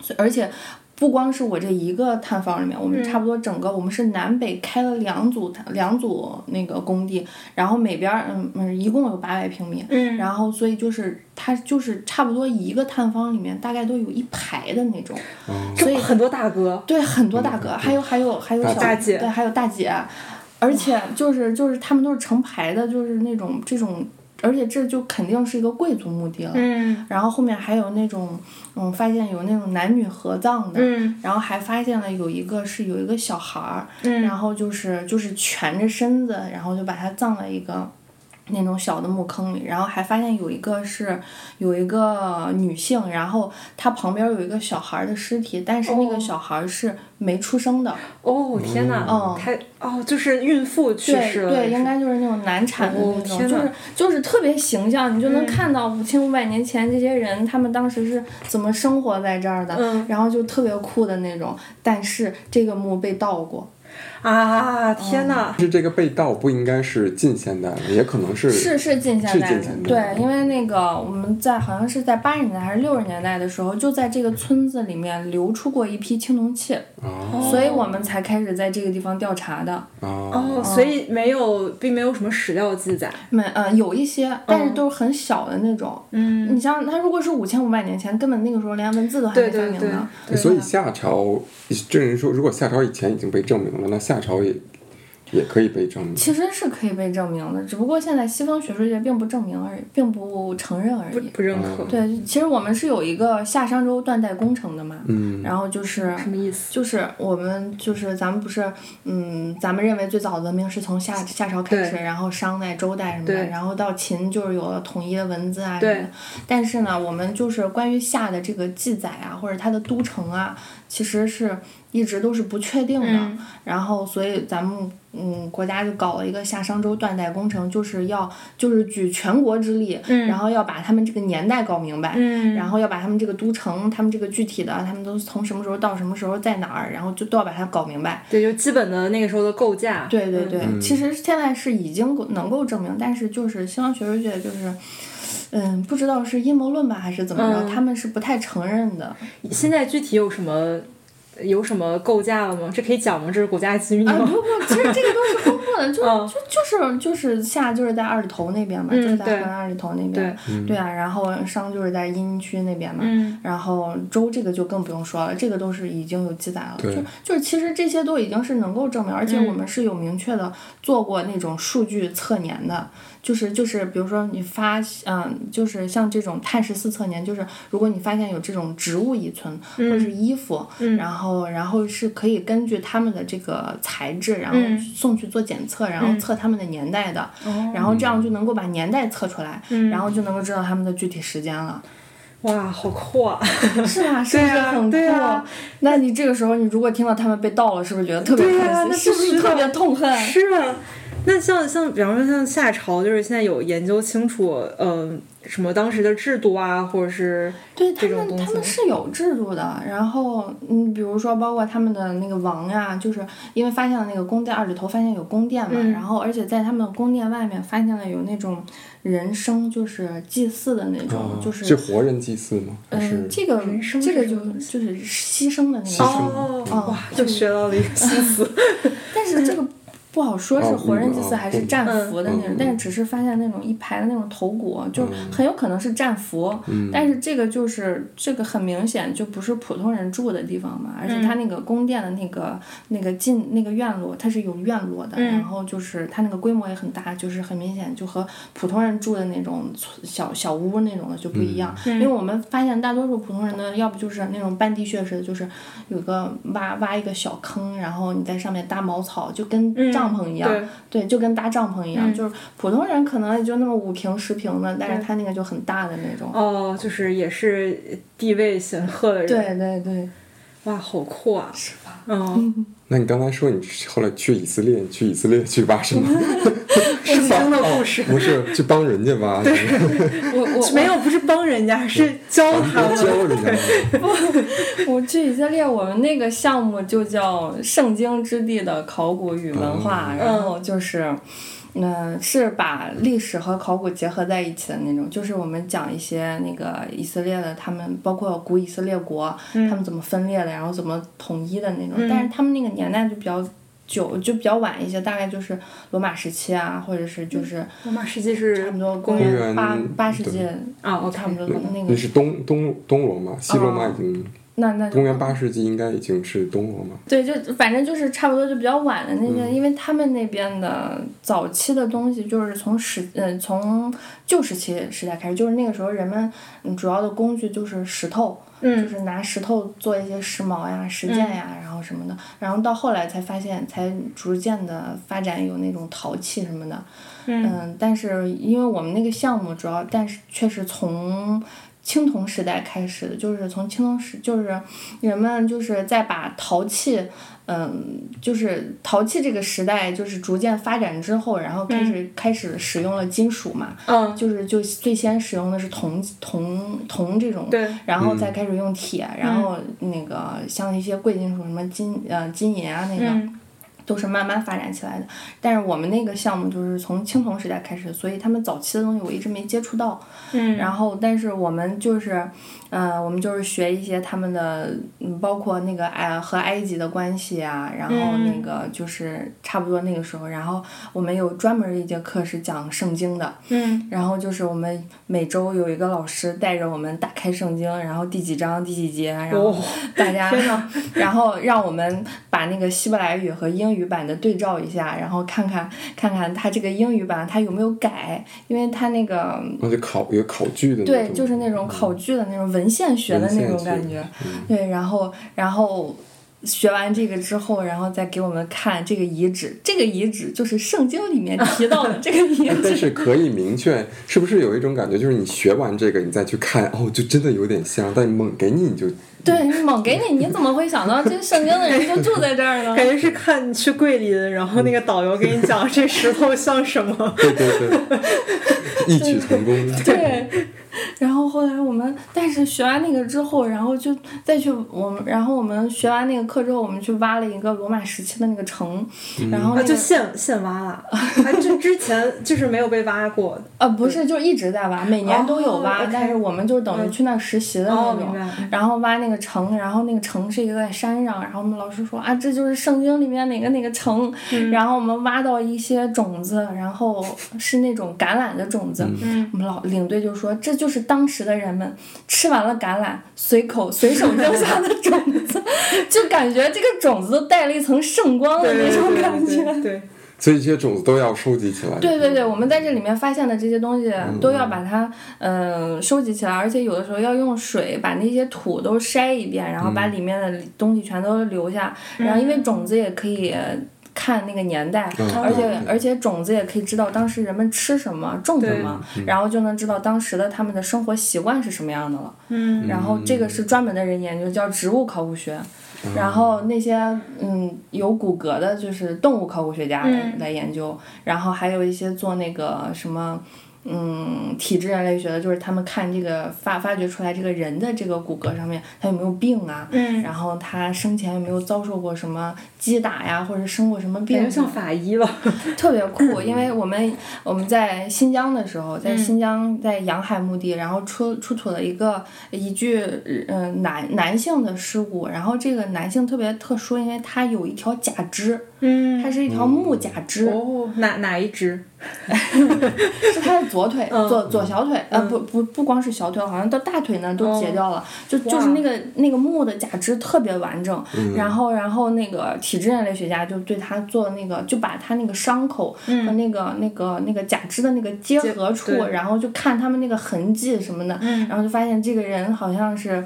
S3: 所以而且。不光是我这一个探访里面，我
S1: 嗯
S3: 们差不多整个我们是南北开了两组探两组那个工地，然后每边儿嗯嗯一共有八百平米，
S1: 嗯
S3: 然后所以就是它就是差不多一个探方里面大概都有一排的那种，所以
S1: 就很多大哥，
S3: 对很多大哥，还有还有还有小
S1: 大姐
S3: 对还有大姐，而且就是就是他们都是成排的，就是那种这种，而且这就肯定是一个贵族墓地了。
S1: 嗯
S3: 然后后面还有那种，嗯，发现有那种男女合葬的，
S1: 嗯
S3: 然后还发现了有一个是有一个小孩儿，
S1: 嗯
S3: 然后就是就是蜷着身子，然后就把他葬了一个那种小的墓坑里，然后还发现有一个是有一个女性，然后她旁边有一个小孩儿的尸体，但是那个
S1: 哦
S3: 小孩儿是没出生的，
S1: 哦天哪，
S3: 嗯
S1: 太哦就是孕妇去
S3: 对
S1: 世了，
S3: 对，应该就是那种难产的
S1: 哦
S3: 那种，
S1: 天
S3: 就
S1: 哪嗯
S3: 是就是特别形象，你就能看到五千五百年前这些人他们当时是怎么生活在这儿的，
S1: 嗯
S3: 然后就特别酷的那种。但是这个墓被盗过，
S1: 啊天哪，
S2: 是这个被盗不应该是近现代的，也可能是
S3: 是是近现
S2: 是
S3: 代
S2: 近
S3: 的
S2: 现，代的
S3: 对，因为那个我们在好像是在八十年代还是六十年代的时候，就在这个村子里面流出过一批青铜器，
S2: 啊
S3: 所以我们才开始在这个地方调查的。
S2: 啊
S1: 哦，所以没有，并没有什么史料记载。
S3: 没，呃，有一些，但
S1: 嗯
S3: 是都是很小的那种。嗯，你像它如果是五千五百年前，根本那个时候连文字都还没
S1: 对
S3: 发
S1: 对
S3: 明
S1: 对
S3: 呢。
S1: 对，
S2: 所以
S3: 啊
S2: 夏朝，这人说，如果夏朝以前已经被证明了，那夏朝也也可以被证明。
S3: 其实是可以被证明的，只不过现在西方学术界并不证明而已，并不承认而
S1: 不
S3: 已。
S1: 不认可，
S3: 对，其实我们是有一个夏商周断代工程的嘛，
S2: 嗯，
S3: 然后就是
S1: 什么意思？
S3: 就是我们就是咱们不是嗯，咱们认为最早的文明是从夏夏朝开始，
S1: 对
S3: 然后商代、周代什么的，
S1: 对
S3: 然后到秦就是有了统一的文字啊什么
S1: 对
S3: 的。但是呢，我们就是关于夏的这个记载啊，或者它的都城啊，其实是一直都是不确定的。
S1: 嗯
S3: 然后，所以咱们嗯国家就搞了一个夏商周断代工程，就是要就是举全国之力，
S1: 嗯
S3: 然后要把他们这个年代搞明白。
S1: 嗯
S3: 然后要把他们这个都城，他们这个具体的，他们都是从什么时候到什么时候在哪儿，然后就都要把它搞明白。嗯
S1: 对，就基本的那个时候的构架。
S3: 对对对，其实现在是已经够能够证明，但是就是西方学术界就是，嗯，不知道是阴谋论吧还是怎么着，
S1: 嗯
S3: 他们是不太承认的。
S1: 现在具体有什么有什么构架了吗？这可以讲吗？这是国家机密
S3: 啊，
S1: 吗？
S3: 不不，其实这个都是公布的，就
S1: 嗯
S3: 就就是就是下就是在二里头那边嘛，
S1: 嗯
S3: 就是在
S1: 对
S3: 河南二里头那边，对啊，然后商就是在殷区那边嘛，
S1: 嗯
S3: 然后州这个就更不用说了，这个都是已经有记载了，
S2: 对
S3: 就就是其实这些都已经是能够证明，而且
S1: 嗯
S3: 我们是有明确的做过那种数据测年的。就是就是，比如说你发，嗯，就是像这种碳十四测年，就是如果你发现有这种植物乙醇或者是衣服，然后然后是可以根据他们的这个材质，然后
S1: 嗯
S3: 送去做检测，然后测他们的年代的，然后这样就能够把年代测出来，然后就能够知道他们的具体时间了。
S1: 哇，好酷啊！
S3: 是啊，是不是
S1: 对啊
S3: 很酷？
S1: 对啊
S3: 那你这个时候，你如果听到他们被盗了，是不是觉得特别
S1: 对
S3: 开心？
S1: 啊那
S3: 是不
S1: 必须
S3: 是
S1: 的
S3: 特别痛恨？
S1: 是啊， 那像像比方说像夏朝，就是现在有研究清楚，呃，什么当时的制度啊，或者是
S3: 对他
S1: 这种
S3: 们，
S1: 东
S3: 他
S1: 西
S3: 们是有制度的。然后，嗯，比如说，包括他们的那个王呀，就是因为发现了那个宫殿二里头发现有宫殿嘛，
S1: 嗯
S3: 然后而且在他们宫殿外面发现了有那种人生，就是祭祀的那种，
S2: 啊
S3: 就是
S2: 是活人祭祀吗？还是
S3: 嗯，这个
S1: 人生
S3: 这个
S1: 是什
S3: 就
S1: 么东
S3: 就是牺牲的那
S2: 牺
S3: 种。
S2: 牲
S1: 哦
S3: 嗯
S1: 哇，又学到了一个新词。
S3: 但是这个不好说是
S2: 哦
S3: 活人
S2: 嗯
S3: 祭祀
S2: 哦
S3: 还是
S2: 嗯
S3: 战俘的那种，
S2: 嗯
S3: 但是只是发现那种一排的那种头骨，就很有可能是战俘。
S2: 嗯
S3: 但是这个就是这个很明显就不是普通人住的地方嘛，而且
S1: 嗯
S3: 它那个宫殿的那个那个进那个院落，它是有院落的，
S1: 嗯
S3: 然后就是它那个规模也很大，就是很明显就和普通人住的那种村小小屋那种的就不一样，
S1: 嗯
S3: 因为我们发现大多数普通人呢，要不就是那种半地穴式的，就是有个挖挖一个小坑，然后你在上面搭茅草，就跟帐篷一样，
S1: 嗯对
S3: 对，就跟搭帐篷一样，就是普通人可能也就那么五平十平的，但是他那个就很大的那种。
S1: 哦，就是也是地位显赫的人。
S3: 对对对，
S1: 哇，好酷啊！
S3: 是吧？
S1: 嗯，
S2: 那你刚才说你后来去以色列，你去以色列去挖什么？
S3: 嗯
S1: 圣经的故事，
S2: 不是去帮人家 挖，是吧
S3: 我我
S1: 没有，不是帮人家，是教他们。
S2: 教人 家挖。
S3: 我去以色列，我们那个项目就叫“圣经之地的考古与文化”，
S2: 嗯
S3: 然后就是，嗯、是把历史和考古结合在一起的那种。就是我们讲一些那个以色列的，他们包括古以色列国，他们怎么分裂的，然后怎么统一的那种。但是他们那个年代就比较久，就比较晚一些，大概就是罗马时期啊，或者是就是
S1: 罗马世纪是
S3: 差不多
S1: 公
S3: 公
S1: 元
S3: 元八
S2: 公元
S3: 八世纪
S2: 对
S1: 啊，OK，
S3: 差不多那
S2: 你
S3: 个。
S2: 是东东东罗马，西罗马
S3: 嗯
S2: 已经
S3: 那那就
S2: 公元八世纪应该已经是东罗马。
S3: 对，就反正就是差不多就比较晚的那边，因为他们那边的早期的东西就是从史，嗯、从旧石器时代开始，就是那个时候人们嗯主要的工具就是石头，就
S1: 嗯
S3: 是拿石头做一些石矛呀、石剑呀，然后什么的，然后到后来才发现，才逐渐的发展有那种陶器什么的，
S1: 嗯
S3: 嗯，但是因为我们那个项目主要，但是确实从青铜时代开始的，就是从青铜时，就是人们就是在把陶器，嗯，就是陶器这个时代，就是逐渐发展之后，然后开始、开始使用了金属嘛，
S1: 嗯，
S3: 就是就最先使用的是铜铜铜这种，
S1: 对，嗯
S3: 然后再开始用铁，然后那个像一些贵金属什么金呃金银啊那个。
S1: 嗯
S3: 都是慢慢发展起来的。但是我们那个项目就是从青铜时代开始，所以他们早期的东西我一直没接触到。
S1: 嗯，
S3: 然后，但是我们就是，呃，我们就是学一些他们的，嗯，包括那个埃和埃及的关系啊，然后
S1: 嗯
S3: 那个就是差不多那个时候，然后我们有专门的一节课是讲圣经的，
S1: 嗯
S3: 然后就是我们每周有一个老师带着我们打开圣经，然后第几章第几节，然后
S1: 哦
S3: 大家，然后让我们把那个希伯来语和英语版的对照一下，然后看看看看它这个英语版它有没有改，因为它那个
S2: 那就考有考据的那种，嗯
S3: 对，就是那种考据的那种嗯文献学的那种感觉，对，然后然后。学完这个之后，然后再给我们看这个遗址，这个遗址就是圣经里面提到的这个遗
S2: 哎。但
S3: 址。
S2: 是可以明确，是不是有一种感觉，就是你学完这个，你再去看，哦，就真的有点像，但猛给你，你就
S3: 对，猛给你，你怎么会想到这圣经的人就住在这儿 呢？
S1: 感觉是看你去桂林，然后那个导游给你讲这 石头像什么。
S2: 对对对，异曲同工。
S3: 对，然后后后来我们，但是学完那个之后，然后就再去我们，然后我们学完那个课之后，我们去挖了一个罗马时期的那个城，然后、那
S1: 啊，
S3: 个、
S1: 就现现挖 了，还就之前就是没有被挖过。
S3: 呃，不是，就一直在挖，每年都有挖，
S1: 哦，OK
S3: 但是我们就等于去那儿实习的那
S1: 哦明
S3: 种，
S1: 白
S3: 然后挖那个城，然后那个城是一个在山上，然后我们老师说啊，这就是圣经里面哪个哪个城，
S1: 嗯
S3: 然后我们挖到一些种子，然后是那种橄榄的种子，
S1: 嗯
S3: 我们老领队就说这就是当时的人们吃完了橄榄，随口随手扔下的种子， 就感觉这个种子都带了一层圣光的
S1: 对
S3: 哦那
S1: 对
S3: 种
S1: 对
S3: 感觉。
S1: 对对，
S2: 所以这些种子都要收集起来。
S3: 对对对，我们在这里面发现的这些东西都要把它嗯、呃收集起来，而且有的时候要用水把那些土都筛一遍，然后把里面的东西全都留下，然后因为种子也可以。看那个年代，
S2: 嗯
S3: 而且
S2: 嗯
S3: 而且种子也可以知道当时人们吃什么、种什么，然后就能知道当时的他们的生活习惯是什么样的了。
S1: 嗯
S3: 然后这个是专门的人研究，叫植物考古学。然后那些嗯有骨骼的，就是动物考古学家来、
S1: 嗯
S3: 来研究，然后还有一些做那个什么。嗯，体质人类学的就是他们看这个发发掘出来这个人的这个骨骼上面，他有没有病啊？
S1: 嗯，
S3: 然后他生前有没有遭受过什么击打呀，或者生过什么病
S1: 感
S3: 啊？
S1: 觉像法医了。
S3: 特别酷，因为我们我们在新疆的时候，
S1: 嗯
S3: 在新疆在洋海墓地，然后出出土了一个一具嗯、呃男男性的尸骨，然后这个男性特别特殊，因为他有一条假肢，
S1: 嗯
S3: 它是一条木假肢，
S1: 哦，哪哪一只？
S3: 是他的左腿，
S1: 嗯
S3: 左左小腿，呃，不不不光是小腿，好像到大腿呢都截
S1: 嗯
S3: 掉了，就就是那个那个木的假肢特别完整，然后然后那个体质人类学家就对他做那个，就把他那个伤口和那个、那个那个假肢的那个结合处，
S1: 嗯对
S3: 然后就看他们那个痕迹什么的，
S1: 嗯
S3: 然后就发现这个人好像是。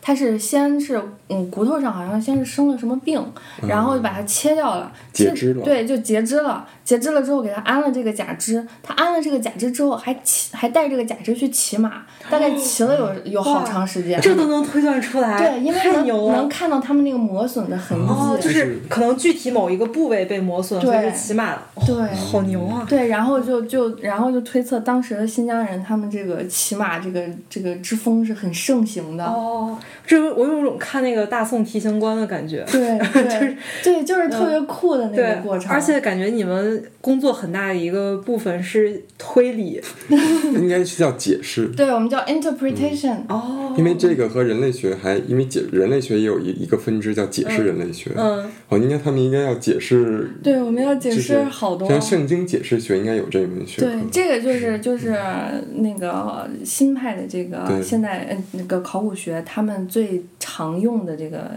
S3: 他是先是嗯骨头上好像先是生了什么病，然后就把它切掉了，
S2: 截
S3: 切
S2: 肢了
S3: 对，就截肢了。截肢了之后给他安了这个假肢，他安了这个假肢之后还骑还带这个假肢去骑马，大概骑了有有好
S1: 哦哇
S3: 长时间。
S1: 这都能推断出来，
S3: 对，因为
S1: 太
S3: 能
S1: 牛
S3: 能
S1: 了。
S3: 看到他们那个磨损的痕迹。
S1: 哦，就
S2: 就是
S1: 是可能具体某一个部位被磨损，
S3: 对
S1: 所以就起码哦
S3: 对
S1: 好牛啊！
S3: 对，然后就就然后就推测当时的新疆人他们这个骑马这个这个之风是很盛行的。
S1: 哦，这我有种看那个大宋提刑官的感觉。
S3: 对对对，就是特别酷的那
S1: 嗯对
S3: 个过，程。
S1: 而且感觉你们工作很大的一个部分是推理
S2: 应该是叫解释。
S3: 对我们叫 interpretation，、
S1: 哦，
S2: 因为这个和人类学还，因为解人类学也有一一个分支叫解释人类学，
S1: 嗯，
S2: 哦，应该他们应该要解释，
S3: 对我们要解
S2: 就
S3: 释
S2: 是
S3: 好多。
S2: 像圣经解释学应该有这一门学科，
S3: 对，这个就是就是那个新派的这个
S2: 对
S3: 现代呃那个考古学，他们最常用的这个、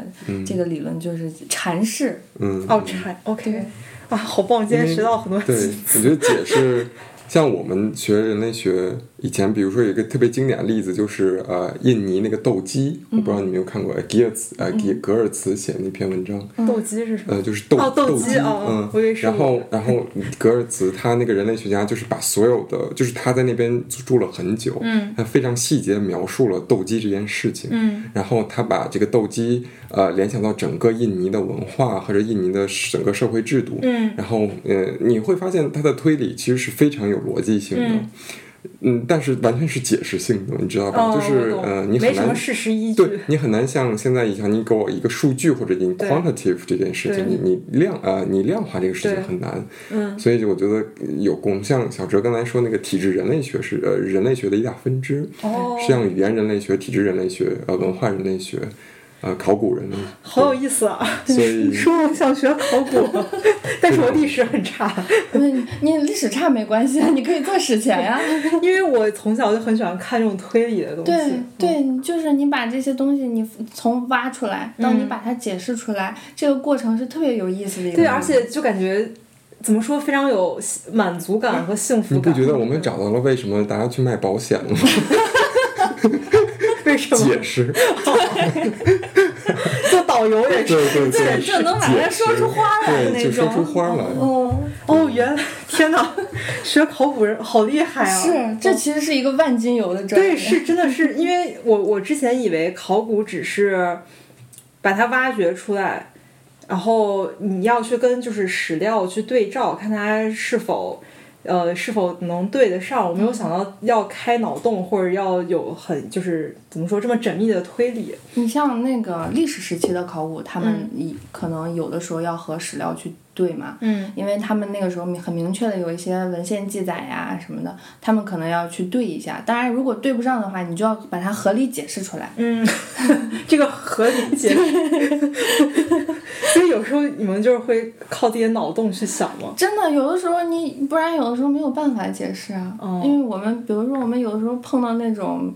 S3: 这个理论就是阐释。
S2: 嗯，
S1: 哦，这还 OK 啊，好棒！今天学到很多
S2: 对
S1: 新，
S2: 我觉得解释，像我们学人类学以前，比如说有一个特别经典的例子，就是呃，印尼那个斗鸡，我不知道你有没有看过，呃吉尔茨呃吉格尔茨写的那篇文章。
S3: 嗯
S1: 斗鸡是什么？
S2: 呃，就是斗、
S1: 哦斗鸡
S2: 鸡，
S1: 哦哦我以为
S2: 嗯，
S1: 是
S2: 然后然后格尔茨他那个人类学家就是把所有的，就是他在那边住了很久，
S1: 嗯，
S2: 他非常细节地描述了斗鸡这件事情，
S1: 嗯，
S2: 然后他把这个斗鸡呃联想到整个印尼的文化或者印尼的整个社会制度，
S1: 嗯
S2: 然后呃你会发现他的推理其实是非常有逻辑性的。
S1: 嗯
S2: 嗯但是完全是解释性的，你知道吧？
S1: 哦，
S2: 就是
S1: 我懂
S2: 呃，你很
S1: 没什
S2: 难
S1: 么事实依
S2: 对
S1: 据。
S2: 你很难像现在一样，你给我一个数据或者你
S1: 对
S2: quantitative 这件事
S1: 对
S2: 情，你你量呃你量化这个事
S1: 对
S2: 情很难，
S1: 嗯
S2: 所以我觉得有共像小哲刚才说那个体制人类学是呃人类学的一大分支，
S1: 哦
S2: 是像语言人类学、体制人类学、呃文化人类学、呃考古人类学，
S1: 好有意思啊！
S2: 所以
S1: 说我想学考 古，但是我历史很差，
S3: 你你历史差没关系，啊你可以做史前啊呀、
S1: 因为我从小就很喜欢看这种推理的东西。
S3: 对
S1: 嗯，
S3: 对，你就是你把这些东西你从挖出来到你把它解释出来，这个过程是特别有意思的一个。
S1: 嗯对，而且就感觉怎么说，非常有满足感和幸福
S2: 啊你不
S1: 感。
S2: 觉得我们找到了为什么大家去卖保险了吗？
S1: 为什么
S2: 解？释，
S1: 做导游也是。
S2: 对对
S3: 这
S2: 对，
S3: 这能把它说出花来的
S2: 对，就
S3: 那
S2: 说出
S3: 种。
S2: 花来了。
S1: 哦哦，原来天哪，学考古人好厉害啊！
S3: 是，这其实是一个万金油的专业。
S1: 对，是真的是因为我我之前以为考古只是把它挖掘出来，然后你要去跟就是史料去对照，看它是否呃是否能对得上。我没有想到要开脑洞，或者要有很就是怎么说这么缜密的推理。
S3: 你像那个历史时期的考古，他们以可能有的时候要和史料去对嘛，
S1: 嗯
S3: 因为他们那个时候很明确的有一些文献记载呀、什么的，他们可能要去对一下。当然，如果对不上的话，你就要把它合理解释出来。
S1: 嗯， 这个合理解释。 所以有时候你们就是会靠自己的脑洞去想吗？
S3: 真的，有的时候你不然有的时候没有办法解释啊，
S1: 哦
S3: 因为我们比如说我们有的时候碰到那种。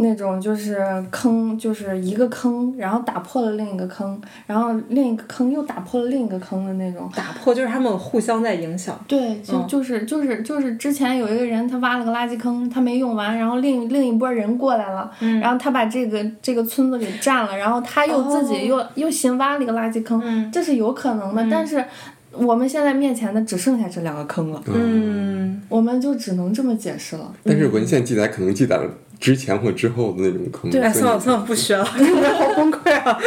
S3: 那种就是坑，就是一个坑，然后打破了另一个坑，然后另一个坑又打破了另一个坑的那种，
S1: 打破就是他们互相在影响。
S3: 对，就、
S1: 嗯
S3: 就是就是就是之前有一个人他挖了个垃圾坑，他没用完，然后另另一波人过来了，
S1: 嗯
S3: 然后他把这个这个村子给占了，然后他又自己又、又新挖了一个垃圾坑，
S1: 哦嗯
S3: 这是有可能的。但是我们现在面前的只剩下这两个坑了，
S1: 嗯，
S3: 我们就只能这么解释了。
S2: 但是文献记载可能记载了之前或之后的那种坑。
S3: 对
S1: 哎，
S2: 所以
S1: 算了算了，不 学了，我好崩溃啊！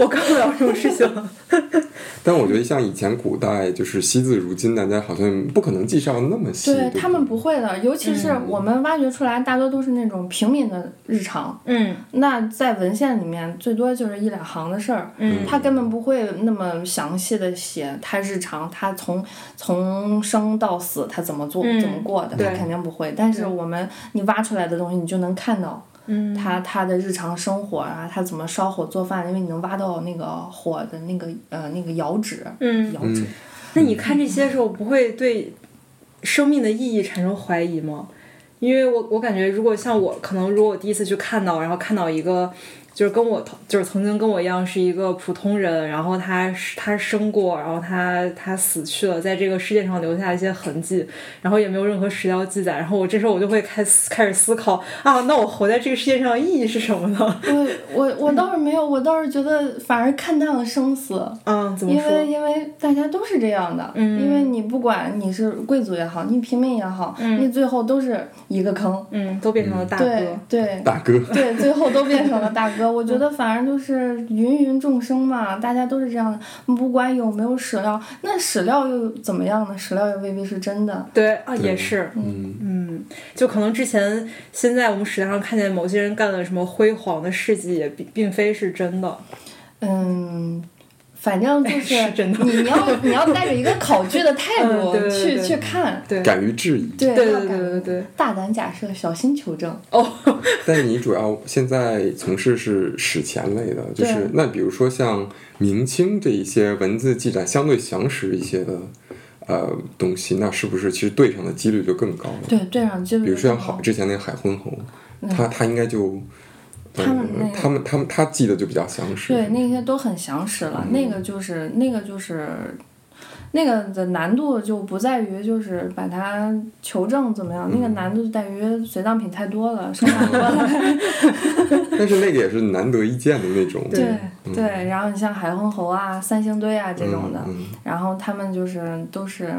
S1: 我干不了这种事情了。
S2: 但我觉得像以前古代就是惜字如金，大家好像不可能记上那么细。
S3: 对
S2: 不
S3: 他们不会的，尤其
S1: 嗯
S3: 是我们挖掘出来大多都是那种平民的日常，
S1: 嗯
S3: 那在文献里面最多就是一两行的事儿，
S1: 嗯
S3: 他根本不会那么详细的写他日常，他从从生到死他怎么做、
S1: 嗯
S3: 怎么过的，
S1: 对
S3: 他肯定不会。但是
S1: 对
S3: 我们你挖出来的东西，你就能看到
S1: 嗯，
S3: 他他的日常生活啊，他怎么烧火做饭，因为你能挖到那个火的那个呃那个窑址，
S1: 嗯
S3: 窑址。
S1: 那你看这些的时候，不会对生命的意义产生怀疑吗？因为我我感觉，如果像我，可能如果我第一次去看到，然后看到一个就是跟我同就是曾经跟我一样是一个普通人，然后他是他生过，然后他他死去了，在这个世界上留下一些痕迹，然后也没有任何史料记载，然后我这时候我就会开始开始思考啊，那我活在这个世界上的意义是什么呢？
S3: 我我我倒是没有，我倒是觉得反而看淡了生死。
S1: 嗯，怎么
S3: 因为
S1: 说？
S3: 因为大家都是这样的，
S1: 嗯
S3: 因为你不管你是贵族也好，你平民也好，
S1: 嗯
S3: 你最后都是一个坑，
S1: 嗯，都变成了大哥。
S3: 对对
S2: 大哥，
S3: 对，最后都变成了大哥。我觉得反而就是芸芸众生嘛，大家都是这样的，不管有没有史料，那史料又怎么样呢？史料也未必是真的。
S1: 对啊，也是。
S2: 嗯，
S1: 嗯，就可能之前现在我们史料上看见某些人干了什么辉煌的事迹，也并并非是真的。
S3: 嗯，反正就
S1: 哎是真的
S3: 你你要你要带着一个考据的态
S1: 嗯
S3: 度
S1: 对对对
S3: 去
S1: 对
S3: 去看，
S1: 对，对
S2: 敢于质疑。
S3: 对
S1: 对
S3: 要
S1: 对
S3: 敢
S1: 对对对，
S3: 大胆假设，小心求证。
S1: 哦，
S2: 但你主要现在从事是史前类的，就
S3: 对
S2: 是那比如说像明清这一些文字记载相对详实一些的呃东西，那是不是其实对上的几率就更高了？
S3: 对，对上就
S2: 比如说像好之前那个海昏侯，他他应该就。呃
S3: 他们那个
S2: 他们他们他记得就比较详实，
S3: 对，那些都很详实了。那个就是那个就是，那个的难度就不在于就是把它求证怎么样，那个难度就在于随葬品太多了，收藏多了。
S2: 但是那个也是难得一见的那种，
S3: 对对，然后你像海昏侯啊、三星堆啊这种的，
S2: 嗯
S3: 然后他们就是都是。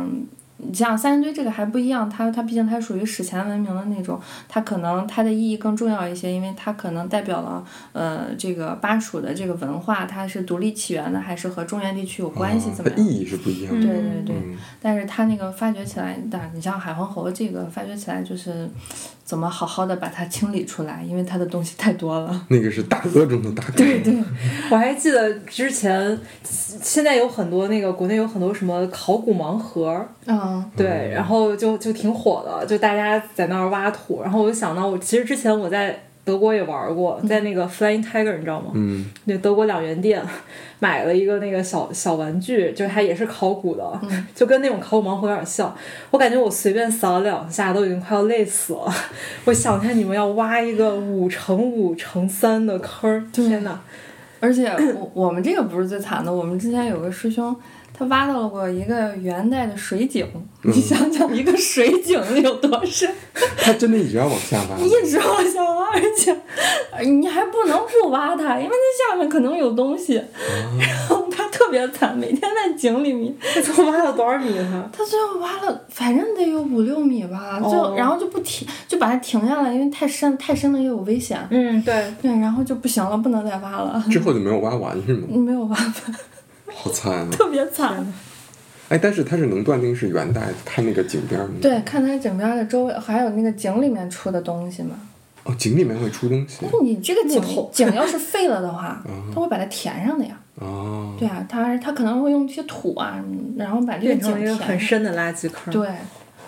S3: 你像三星堆这个还不一样，它它毕竟它属于史前文明的那种，它可能它的意义更重要一些，因为它可能代表了呃这个巴蜀的这个文化，它是独立起源的，还是和中原地区有关系
S2: 啊
S3: 怎么
S2: 它
S3: 样？
S2: 意义是不一样
S3: 对
S2: 的。
S3: 对对，
S2: 嗯
S3: 但是它那个发掘起来，但你像海昏侯这个发掘起来，就是怎么好好的把它清理出来，因为它的东西太多了。
S2: 那个是大哥中的大哥，对对，
S1: 我还记得之前，现在有很多那个国内有很多什么考古盲盒，
S3: 嗯，
S1: 对，然后就就挺火的，就大家在那儿挖土，然后我就想到我其实之前我在德国也玩过，在那个 Flying Tiger 你知道吗？
S2: 嗯，
S1: 那德国两元店买了一个那个小小玩具，就是它也是考古的，就跟那种考古盲盒有点像。我感觉我随便扫了两下都已经快要累死了。我想一下，你们要挖一个五乘五乘三的坑儿，天哪！
S3: 而且我我们这个不是最惨的，我们之前有个师兄，他挖到了过一个元代的水井，你想想一个水井有多深，
S2: 他真的一直要往下挖，
S3: 一直往下挖，而且呃你还不能不挖它，因为它下面可能有东西。 然后他特别惨，每天在井里面，
S1: 这都挖了多少米呢？
S3: 他最后挖了，反正得有五六米吧，
S1: 哦
S3: 就、然后就不停，就把它停下来，因为太深，太深了也有危险。
S1: 嗯，对，
S3: 对，然后就不行了，不能再挖了，
S2: 之后就没有挖完是吗？
S3: 没有办法，
S2: 好惨啊！
S3: 特别惨。
S2: 哎，但是它是能断定是元代看那个井边儿
S1: 嗯
S2: 吗？
S3: 对，看它井边儿的周围，还有那个井里面出的东西嘛。
S2: 哦，井里面会出东西
S3: 你这个井
S1: 头嗯
S3: 井要是废了的 话，它会把它填上的呀。
S2: 哦，
S3: 对啊，它它可能会用一些土啊，什么的，然后把这个
S1: 变
S3: 井
S1: 成了一个
S3: 填
S1: 很
S3: 上。
S1: 深的垃圾坑。，
S3: 对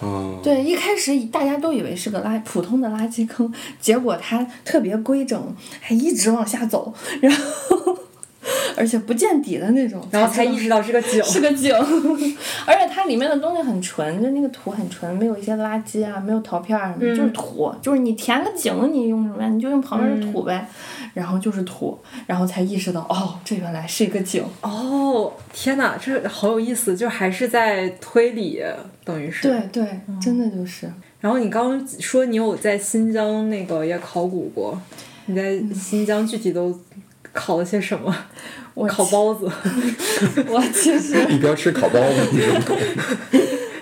S2: 哦，
S3: 对，一开始大家都以为是个垃普通的垃圾坑，结果它特别规整，还一直往下走，然后 而且不见底的那种，
S1: 然后才
S3: 知道
S1: 意识到是个井。
S3: 是个井， 而且它里面的东西很纯，就那个土很纯，没有一些垃圾啊，没有陶片儿什么，
S1: 嗯
S3: 就是土，就是你填个井，你用什么呀？你就用旁边的
S1: 嗯
S3: 土呗，然后就是土，然后才意识到哦，这原来是一个井。
S1: 哦，天哪，这好有意思，就还是在推理，等于是。
S3: 对。对，
S1: 嗯
S3: 真的就是
S1: 然后你刚刚说你有在新疆那个也考古过，你在新疆具体都考了些什么？
S3: 我
S1: 烤包子。
S3: 我其实
S2: 你不要吃烤包子，你知道吗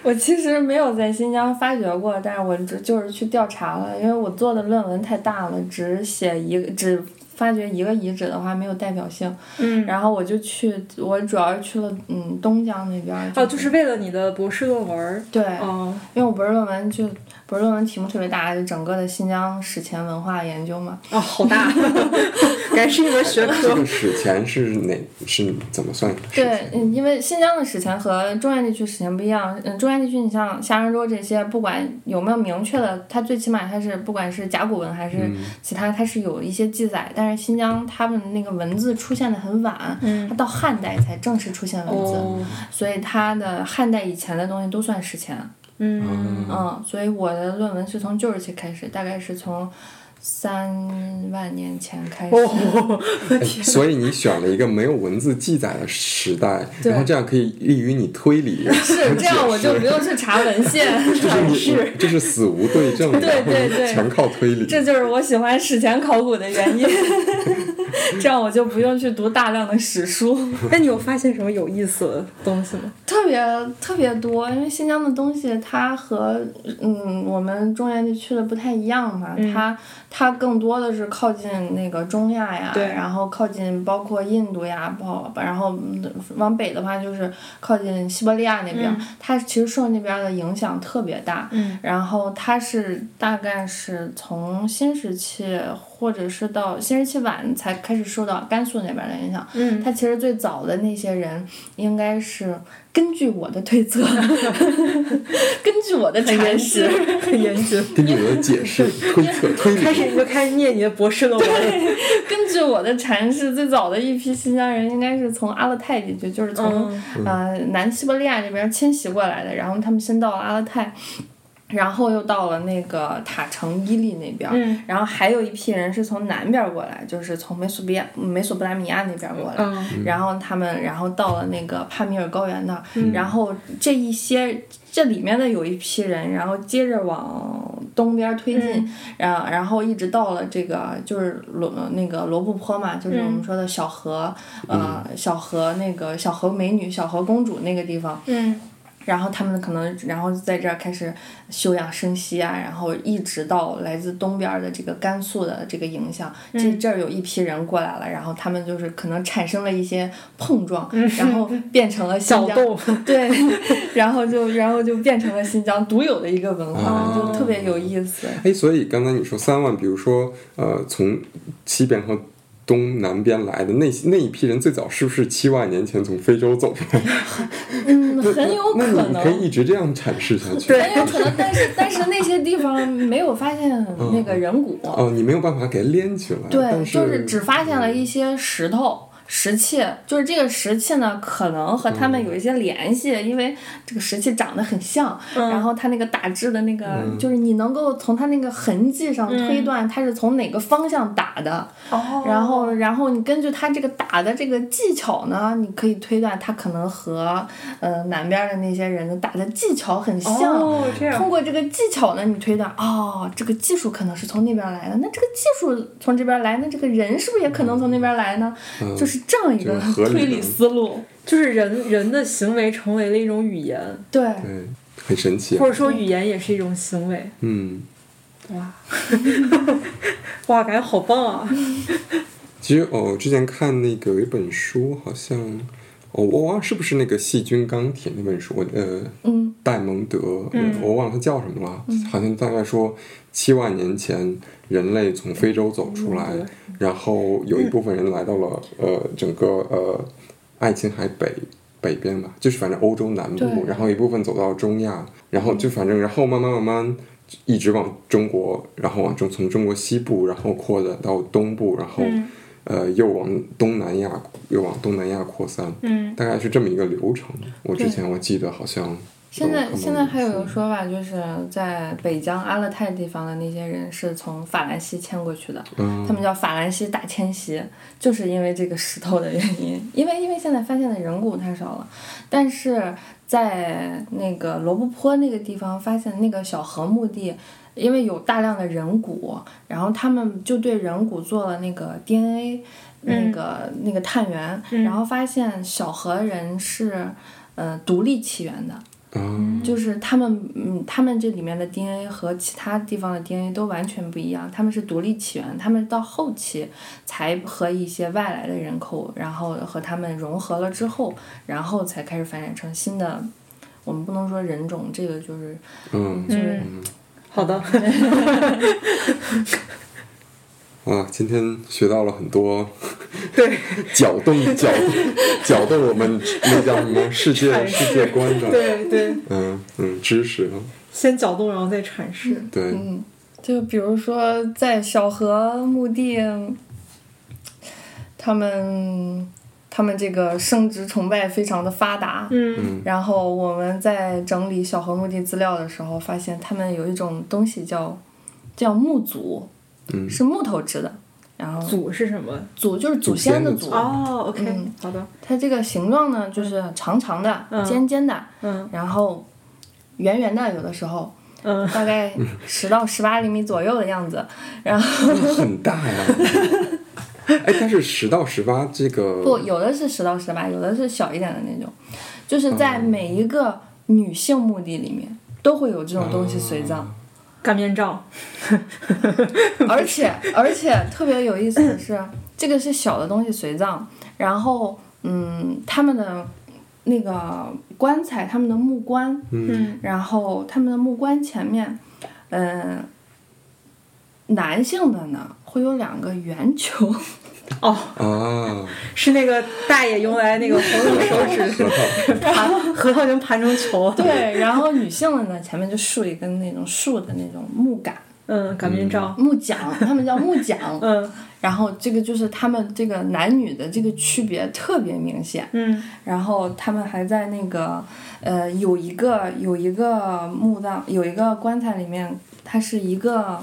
S3: 我其实没有在新疆发掘过，但是我只就是去调查了，因为我做的论文太大了，只写一个只发掘一个遗址的话没有代表性。
S1: 嗯。
S3: 然后我就去，我主要是去了嗯东江那边儿。
S1: 哦，就是为了你的博士论文儿。
S3: 对，
S1: 哦，
S3: 因为我博士论文就博士论文题目特别大，就整个的新疆史前文化研究嘛。
S1: 哦，好大， 感觉是一门学
S2: 这
S1: 科。
S2: 个史前是哪是怎么算的？史
S3: 对，
S2: 前
S3: 嗯因为新疆的史前和中原地区史前不一样。嗯，中原地区你像夏商周这些，不管有没有明确的，它最起码它是不管是甲骨文还是
S1: 嗯
S3: 其他，它是有一些记载。但是新疆他们那个文字出现的很晚，
S1: 嗯
S3: 它到汉代才正式出现文字，
S1: 哦，
S3: 所以它的汉代以前的东西都算史前。
S1: 嗯，
S3: 嗯，所以我的论文是从旧石器开始，大概是从三万年前开始。
S1: 哦，
S2: 哎所以你选了一个没有文字记载的时代，然后这样可以利于你推 理。
S3: 是这样，我就不用去查文 献。
S2: 你你这是死无对证，
S3: 对对对
S2: 全靠推理。
S3: 这就是我喜欢史前考古的原因， 这样我就不用去读大量的史书，
S1: 那你有发现什么有意思的东西吗？
S3: 特别特别多。因为新疆的东西，它和嗯我们中原地区的不太一样嘛，它它更多的是靠近那个中亚呀，
S1: 对
S3: 然后靠近包括印度呀，包然后嗯往北的话就是靠近西伯利亚那边儿，它其实受那边儿的影响特别大。
S1: 嗯
S3: 然后它是大概是从新石器或者是到新石器晚才开始受到甘肃那边儿的影响。
S1: 嗯，
S3: 它其实最早的那些人应该是根据我的 推测，根据我的
S1: 很
S3: 阐
S1: 严
S3: 释
S1: 谨，，很严谨。
S2: 根据我的解释推测推
S1: 开始
S2: 理，
S1: 你就开始念你的博士论文，
S3: 根据我的阐释，最早的一批新疆人应该是从阿勒泰地区，就是从、
S1: 嗯
S3: 呃南西伯利亚那边迁徙过来的，然后他们先到了阿勒泰。然后又到了那个塔城伊利那边儿，
S1: 嗯
S3: 然后还有一批人是从南边儿过来，就是从美索比亚、美索不达米亚那边儿过来，
S1: 嗯
S3: 然后他们然后到了那个帕米尔高原那儿，然后这一些这里面的有一批人，然后接着往东边推进，然、然后一直到了这个就是罗那个罗布泊嘛，就是我们说的小河，呃，小河那个小河美女、小河公主那个地方，
S1: 嗯
S3: 然后他们可能然后在这儿开始休养生息啊，然后一直到来自东边的这个甘肃的这个影响，这这儿有一批人过来了，然后他们就是可能产生了一些碰撞，然后变成了新
S1: 小
S3: 疆
S1: 洞，
S3: 对，然后就然后就变成了新疆独有的一个文化，
S2: 哦
S3: 就特别有意思。
S2: 哎，所以刚才你说三万，比如说呃，从西边和东南边来的那那一批人，最早是不是七万年前从非洲走出来的？
S3: 嗯，很有
S2: 那
S3: 可
S2: 你
S3: 能，
S2: 可以一直这样阐释下去。
S1: 对
S3: 很有可能，但是但是那些地方没有发现
S2: 嗯
S3: 那个人骨，
S2: 哦，你没有办法给它连起来，
S3: 对，
S2: 但
S3: 就是只发现了一些石头。石器就是这个石器呢，可能和他们有一些联系，因为这个石器长得很像，然后它那个打制的那个，就是你能够从它那个痕迹上推断它是从哪个方向打的，
S1: 哦
S3: 然后，然后你根据他这个打的这个技巧呢，你可以推断他可能和呃南边的那些人的打的技巧很像。
S1: 哦这
S3: 通
S1: 样，
S3: 过这个技巧呢，你推断哦，这个技术可能是从那边来的，那这个技术从这边来，那这个人是不是也可能从那边来呢？就是这样一个
S2: 嗯就是合理的
S3: 推理思路。
S1: 就是人人的行为成为了一种语言，
S3: 对，
S2: 对，很神奇、
S1: 或
S2: 啊。
S1: 者说语言也是一种行为。
S2: 嗯，
S1: 哇，哇，感觉好棒啊！
S2: 其实哦，我之前看那个有一本书，好像我我忘了是不是那个《细菌钢铁》那本书，我呃，
S3: 嗯，
S2: 戴蒙德，呃我忘了他叫什么了，好像大概说七万年前人类从非洲走出来，然后有一部分人来到了、呃整个呃爱琴海北北边吧，就是反正欧洲南部
S3: 对，
S2: 然后一部分走到中亚，然后就反正然后慢慢慢慢。一直往中国，然后往中从中国西部，然后扩展到东部，然后、
S1: 嗯
S2: 呃又往东南亚，又往东南亚扩散。
S1: 嗯
S2: 大概是这么一个流程。我之
S3: 对
S2: 前我记得好像
S3: 现
S2: 有
S3: 在
S2: 看
S3: 现
S2: 到
S3: 在
S2: 一
S3: 还有一个
S2: 次
S3: 说法，就是在北疆阿勒泰地方的那些人是从法兰西迁过去的，
S2: 嗯
S3: 他们叫法兰西大迁徙，就是因为这个石头的原因。因为因为现在发现的人骨太少了，但是在那个罗布泊那个地方发现那个小河墓地。因为有大量的人骨，然后他们就对人骨做了那个 DNA，、那个那个探源，然后发现小河人是呃独立起源的，
S2: 啊，
S3: 就是他们，嗯，他们这里面的 DNA 和其他地方的 DNA 都完全不一样，他们是独立起源，他们到后期才和一些外来的人口，然后和他们融合了之后，然后才开始发展成新的。我们不能说人种，这个就是
S2: 嗯
S3: 就是
S1: 嗯，好的，
S2: 哇，今天学到了很多
S1: 对
S2: 搅动搅动搅动我们那叫什么世界
S1: 阐
S2: 世界观的
S1: 对对，
S2: 嗯嗯知识啊，
S1: 先搅动，然后再阐释。
S2: 对，
S3: 嗯，就比如说在小河墓地，他们他们这个生殖崇拜非常的发达，
S1: 嗯
S3: 然后我们在整理小河墓地资料的时候，发现他们有一种东西叫叫木祖，
S2: 嗯
S3: 是木头制的。然后
S1: 组是什么？
S3: 祖就是祖先的
S2: 祖
S3: 祖，
S2: 先的
S1: 哦，OK，
S3: 嗯
S1: 好的，
S3: 它这个形状呢就是长长的、
S1: 嗯
S3: 尖尖的，
S1: 嗯
S3: 然后圆圆的，有的时候
S1: 嗯，
S3: 大概十到十八厘米左右的样子。然后
S2: 很大 呀。哎，但是十到十八这个
S3: 不，有的是十到十八，有的是小一点的那种，就是在每一个女性墓地里面都会有这种东西随葬。
S1: 擀面杖，
S3: 而且而且特别有意思的是，这个是小的东西随葬，然后嗯，他们的那个棺材，他们的木棺，
S2: 嗯
S3: 然后他们的木棺前面，嗯、男性的呢会有两个圆球，
S1: 哦，
S2: 啊，
S1: 是那个大爷用来那个缝你手指，
S2: 核 桃
S1: 盘核桃已经盘成球了。
S3: 对，然后女性的呢前面就竖一根那种竖的那种木杆
S1: 嗯，擀面杖，
S3: 木桨，他们叫木桨，
S1: 嗯
S3: 然后这个就是他们这个男女的这个区别特别明显。
S1: 嗯
S3: 然后他们还在那个呃有一个有一个墓葬有一个棺材里面，她是一个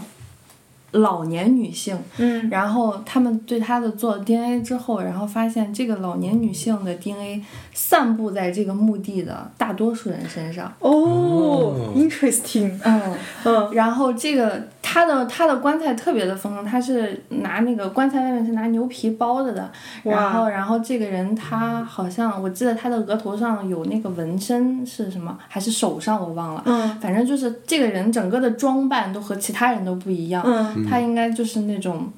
S3: 老年女性，
S1: 嗯
S3: 然后他们对她的做 DNA 之后，然后发现这个老年女性的 DNA 散布在这个墓地的大多数人身上。
S1: 哦，interesting，
S3: 嗯，
S1: 嗯
S3: 然后这个它的它的棺材特别的丰盛，它是拿那个棺材外面是拿牛皮包着的，
S1: 哇
S3: 然后然后这个人他好像我记得他的额头上有那个纹身是什么，还是手上我忘了，
S1: 嗯
S3: 反正就是这个人整个的装扮都和其他人都不一样，
S1: 嗯
S3: 他应该就是那种，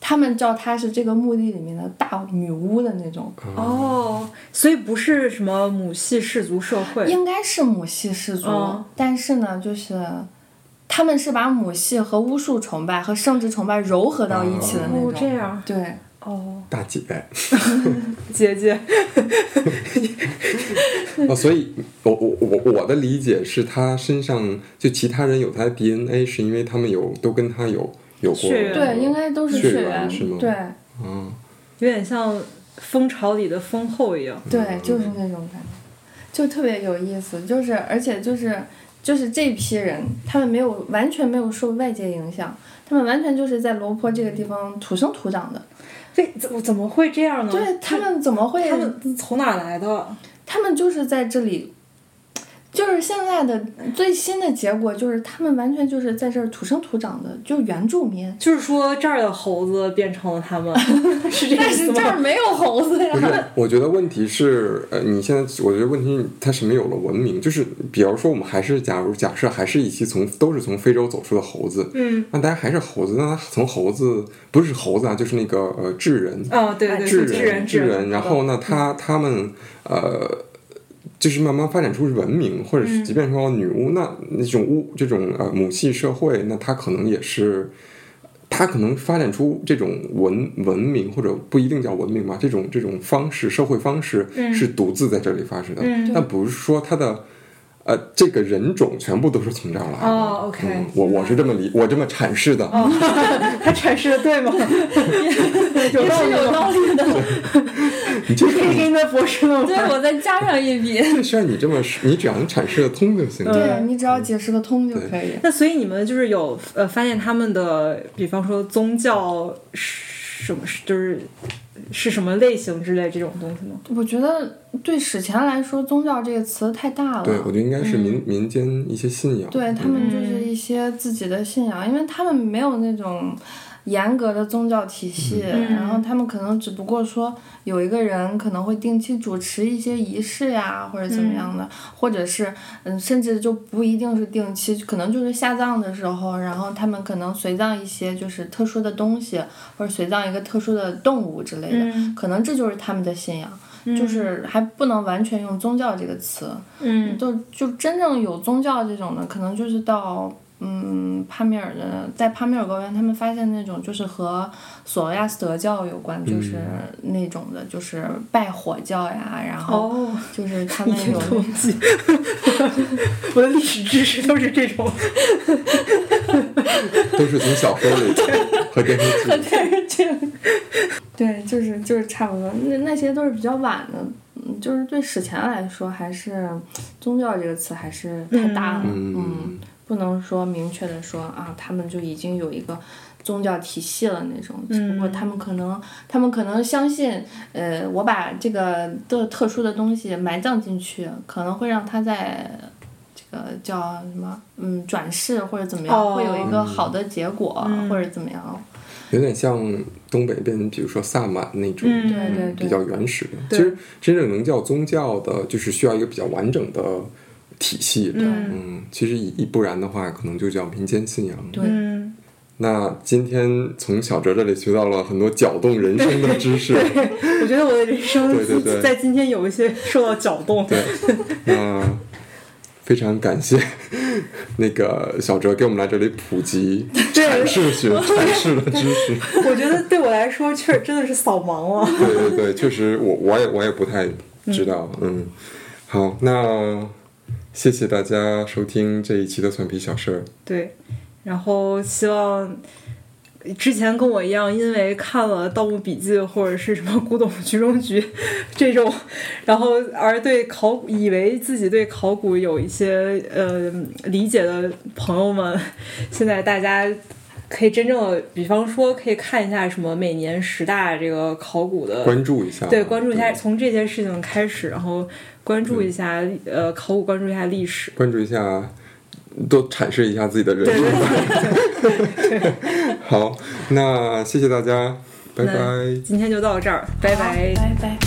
S3: 他们叫他是这个墓地里面的大女巫的那种，
S1: 哦，所以不是什么母系氏族社会，
S3: 应该是母系氏族，
S1: 嗯
S3: 但是呢，就是他们是把母系和巫术崇拜和生殖崇拜糅合到一起的那种。
S1: 哦，这样，
S3: 对，
S1: 哦，
S2: 大姐。
S1: 姐姐，
S2: 哦，所以我我我我的理解是，他身上就其他人有他的 DNA，是因为他们有都跟他有有过
S1: 血缘
S3: 对，应该都是
S2: 血
S3: 缘。
S2: 是吗？
S3: 对
S2: 嗯，
S1: 有点像蜂巢里的蜂后一样，
S3: 对，就是那种感觉，就特别有意思。就是而且就是就是这批人，他们没有完全没有受外界影响，他们完全就是在罗坡这个地方土生土长的。
S1: 这怎怎么会这样呢？
S3: 对他们怎么会
S1: 他们从哪来的？
S3: 他们就是在这里就是现在的最新的结果，就是他们完全就是在这儿土生土长的，就原住 民。
S1: 就是说这儿的猴子变成了他 们，是这个
S3: 但
S1: 意思
S3: 是这儿
S1: 吗？
S3: 没有猴子呀
S2: 不。是， 我觉得问题是，呃，你现在，我觉得问题是它是没有了文明，就是比如说，我们还是假如假设还是一期从都是从非洲走出的猴子，
S1: 嗯，
S2: 那大家还是猴子，那它从猴子不是猴子啊，就是那个呃智人，
S1: 哦，对对对，
S2: 智
S1: 智
S2: 人
S1: 智
S2: 人，然后
S1: 呢？
S2: 呢，他他们呃。就是慢慢发展出文明，或者是即便说女巫，那那种巫这种呃母系社会，那它可能也是，它可能发展出这种文文明，或者不一定叫文明吧，这种这种方式社会方式是独自在这里发生的，
S1: 嗯
S2: 但不是说它的呃这个人种全部都是从这儿来的。
S1: 哦，OK
S2: 嗯我我是这么理，我这么阐释的。
S1: 他阐释的对 吗？有
S3: 也
S1: 道
S3: 是
S1: 理
S3: 有
S1: 吗？
S3: 道理的，
S2: 你这
S1: 可以给你的博士论
S3: 对
S1: 文。
S3: 我再加上一笔。
S2: 这事儿你这么说，你只要能阐释得通就行了。
S3: 对啊你
S2: 嗯
S3: 只要解释得通就可以。
S1: 那所以你们就是有呃发现他们的，比方说宗教是什么，就是是什么类型之类这种东西吗？
S3: 我觉得对史前来说，宗教这个词太大了。
S2: 对，我觉得应该是民、民间一些信仰。
S3: 嗯
S2: 嗯
S3: 对他们就是一些自己的信仰，因为他们没有那种严格的宗教体系，然后他们可能只不过说有一个人可能会定期主持一些仪式呀，或者怎么样的，或者是嗯，甚至就不一定是定期，可能就是下葬的时候，然后他们可能随葬一些就是特殊的东西，或者随葬一个特殊的动物之类的，
S1: 嗯
S3: 可能这就是他们的信仰。就是还不能完全用宗教这个词，
S1: 嗯
S3: 就就真正有宗教这种的，可能就是到嗯帕米尔的，在帕米尔高原，他们发现那种就是和索罗亚斯德教有关，就是那种的，就是拜火教呀，然后
S1: 哦，
S3: 就是他
S1: 一
S3: 们
S1: 些
S3: 有
S1: 东西， 我的历史知识都是这种。
S2: 都是从小 说里和电视剧。
S3: 电视剧， 对，就是就是差不多，那那些都是比较晚的，嗯，就是对史前来说，还是宗教这个词还是太大了，
S2: 嗯
S3: 嗯，不能说明确的说啊，他们就已经有一个宗教体系了那种，只不过他们可能他们可能相信，呃，我把这个特特殊的东西埋葬进去，可能会让它在。这个叫什么？嗯，转世或者怎么样，
S1: 哦
S3: 会有一个好的结果，或者怎么样？
S2: 有点像东北边，比如说萨满那种，
S1: 嗯
S3: 对对对，
S2: 比较原始的。
S1: 对
S2: 其实真正能叫宗教的，就是需要一个比较完整的体系的。
S1: 嗯
S2: 嗯，其实一不然的话，可能就叫民间信仰。
S3: 对
S1: 嗯，
S2: 那今天从小哲这里学到了很多搅动人生的知 识。
S1: 我觉得我的人
S2: 对对对
S1: 生在今天有一些受到搅动。
S2: 对，那非常感谢那个小哲给我们来这里普及
S1: 对
S2: 阐 释学、阐释的知识。
S1: 我觉得对我来说，确实真的是扫盲了。
S2: 对对对，确实我，我也我也不太知道。嗯，好，那谢谢大家收听这一期的蒜皮小事儿。
S1: 对，然后希望之前跟我一样，因为看了《盗墓笔记》或者是什么《古董局中局》 这种，然后而对考古以为自己对考古有一些呃理解的朋友们，现在大家。可以真正的，比方说，可以看一下什么每年十大这个考古的
S2: 关注一下，啊
S1: 对，关注一下，从这些事情开始，然后关注一下、呃考古，关注一下历史。
S2: 关注一下，啊多阐释一下自己的人生观。 好，那谢谢大家，拜
S1: 那
S2: 拜。
S1: 今天就到这儿，拜
S3: 好
S1: 拜。
S3: 拜拜。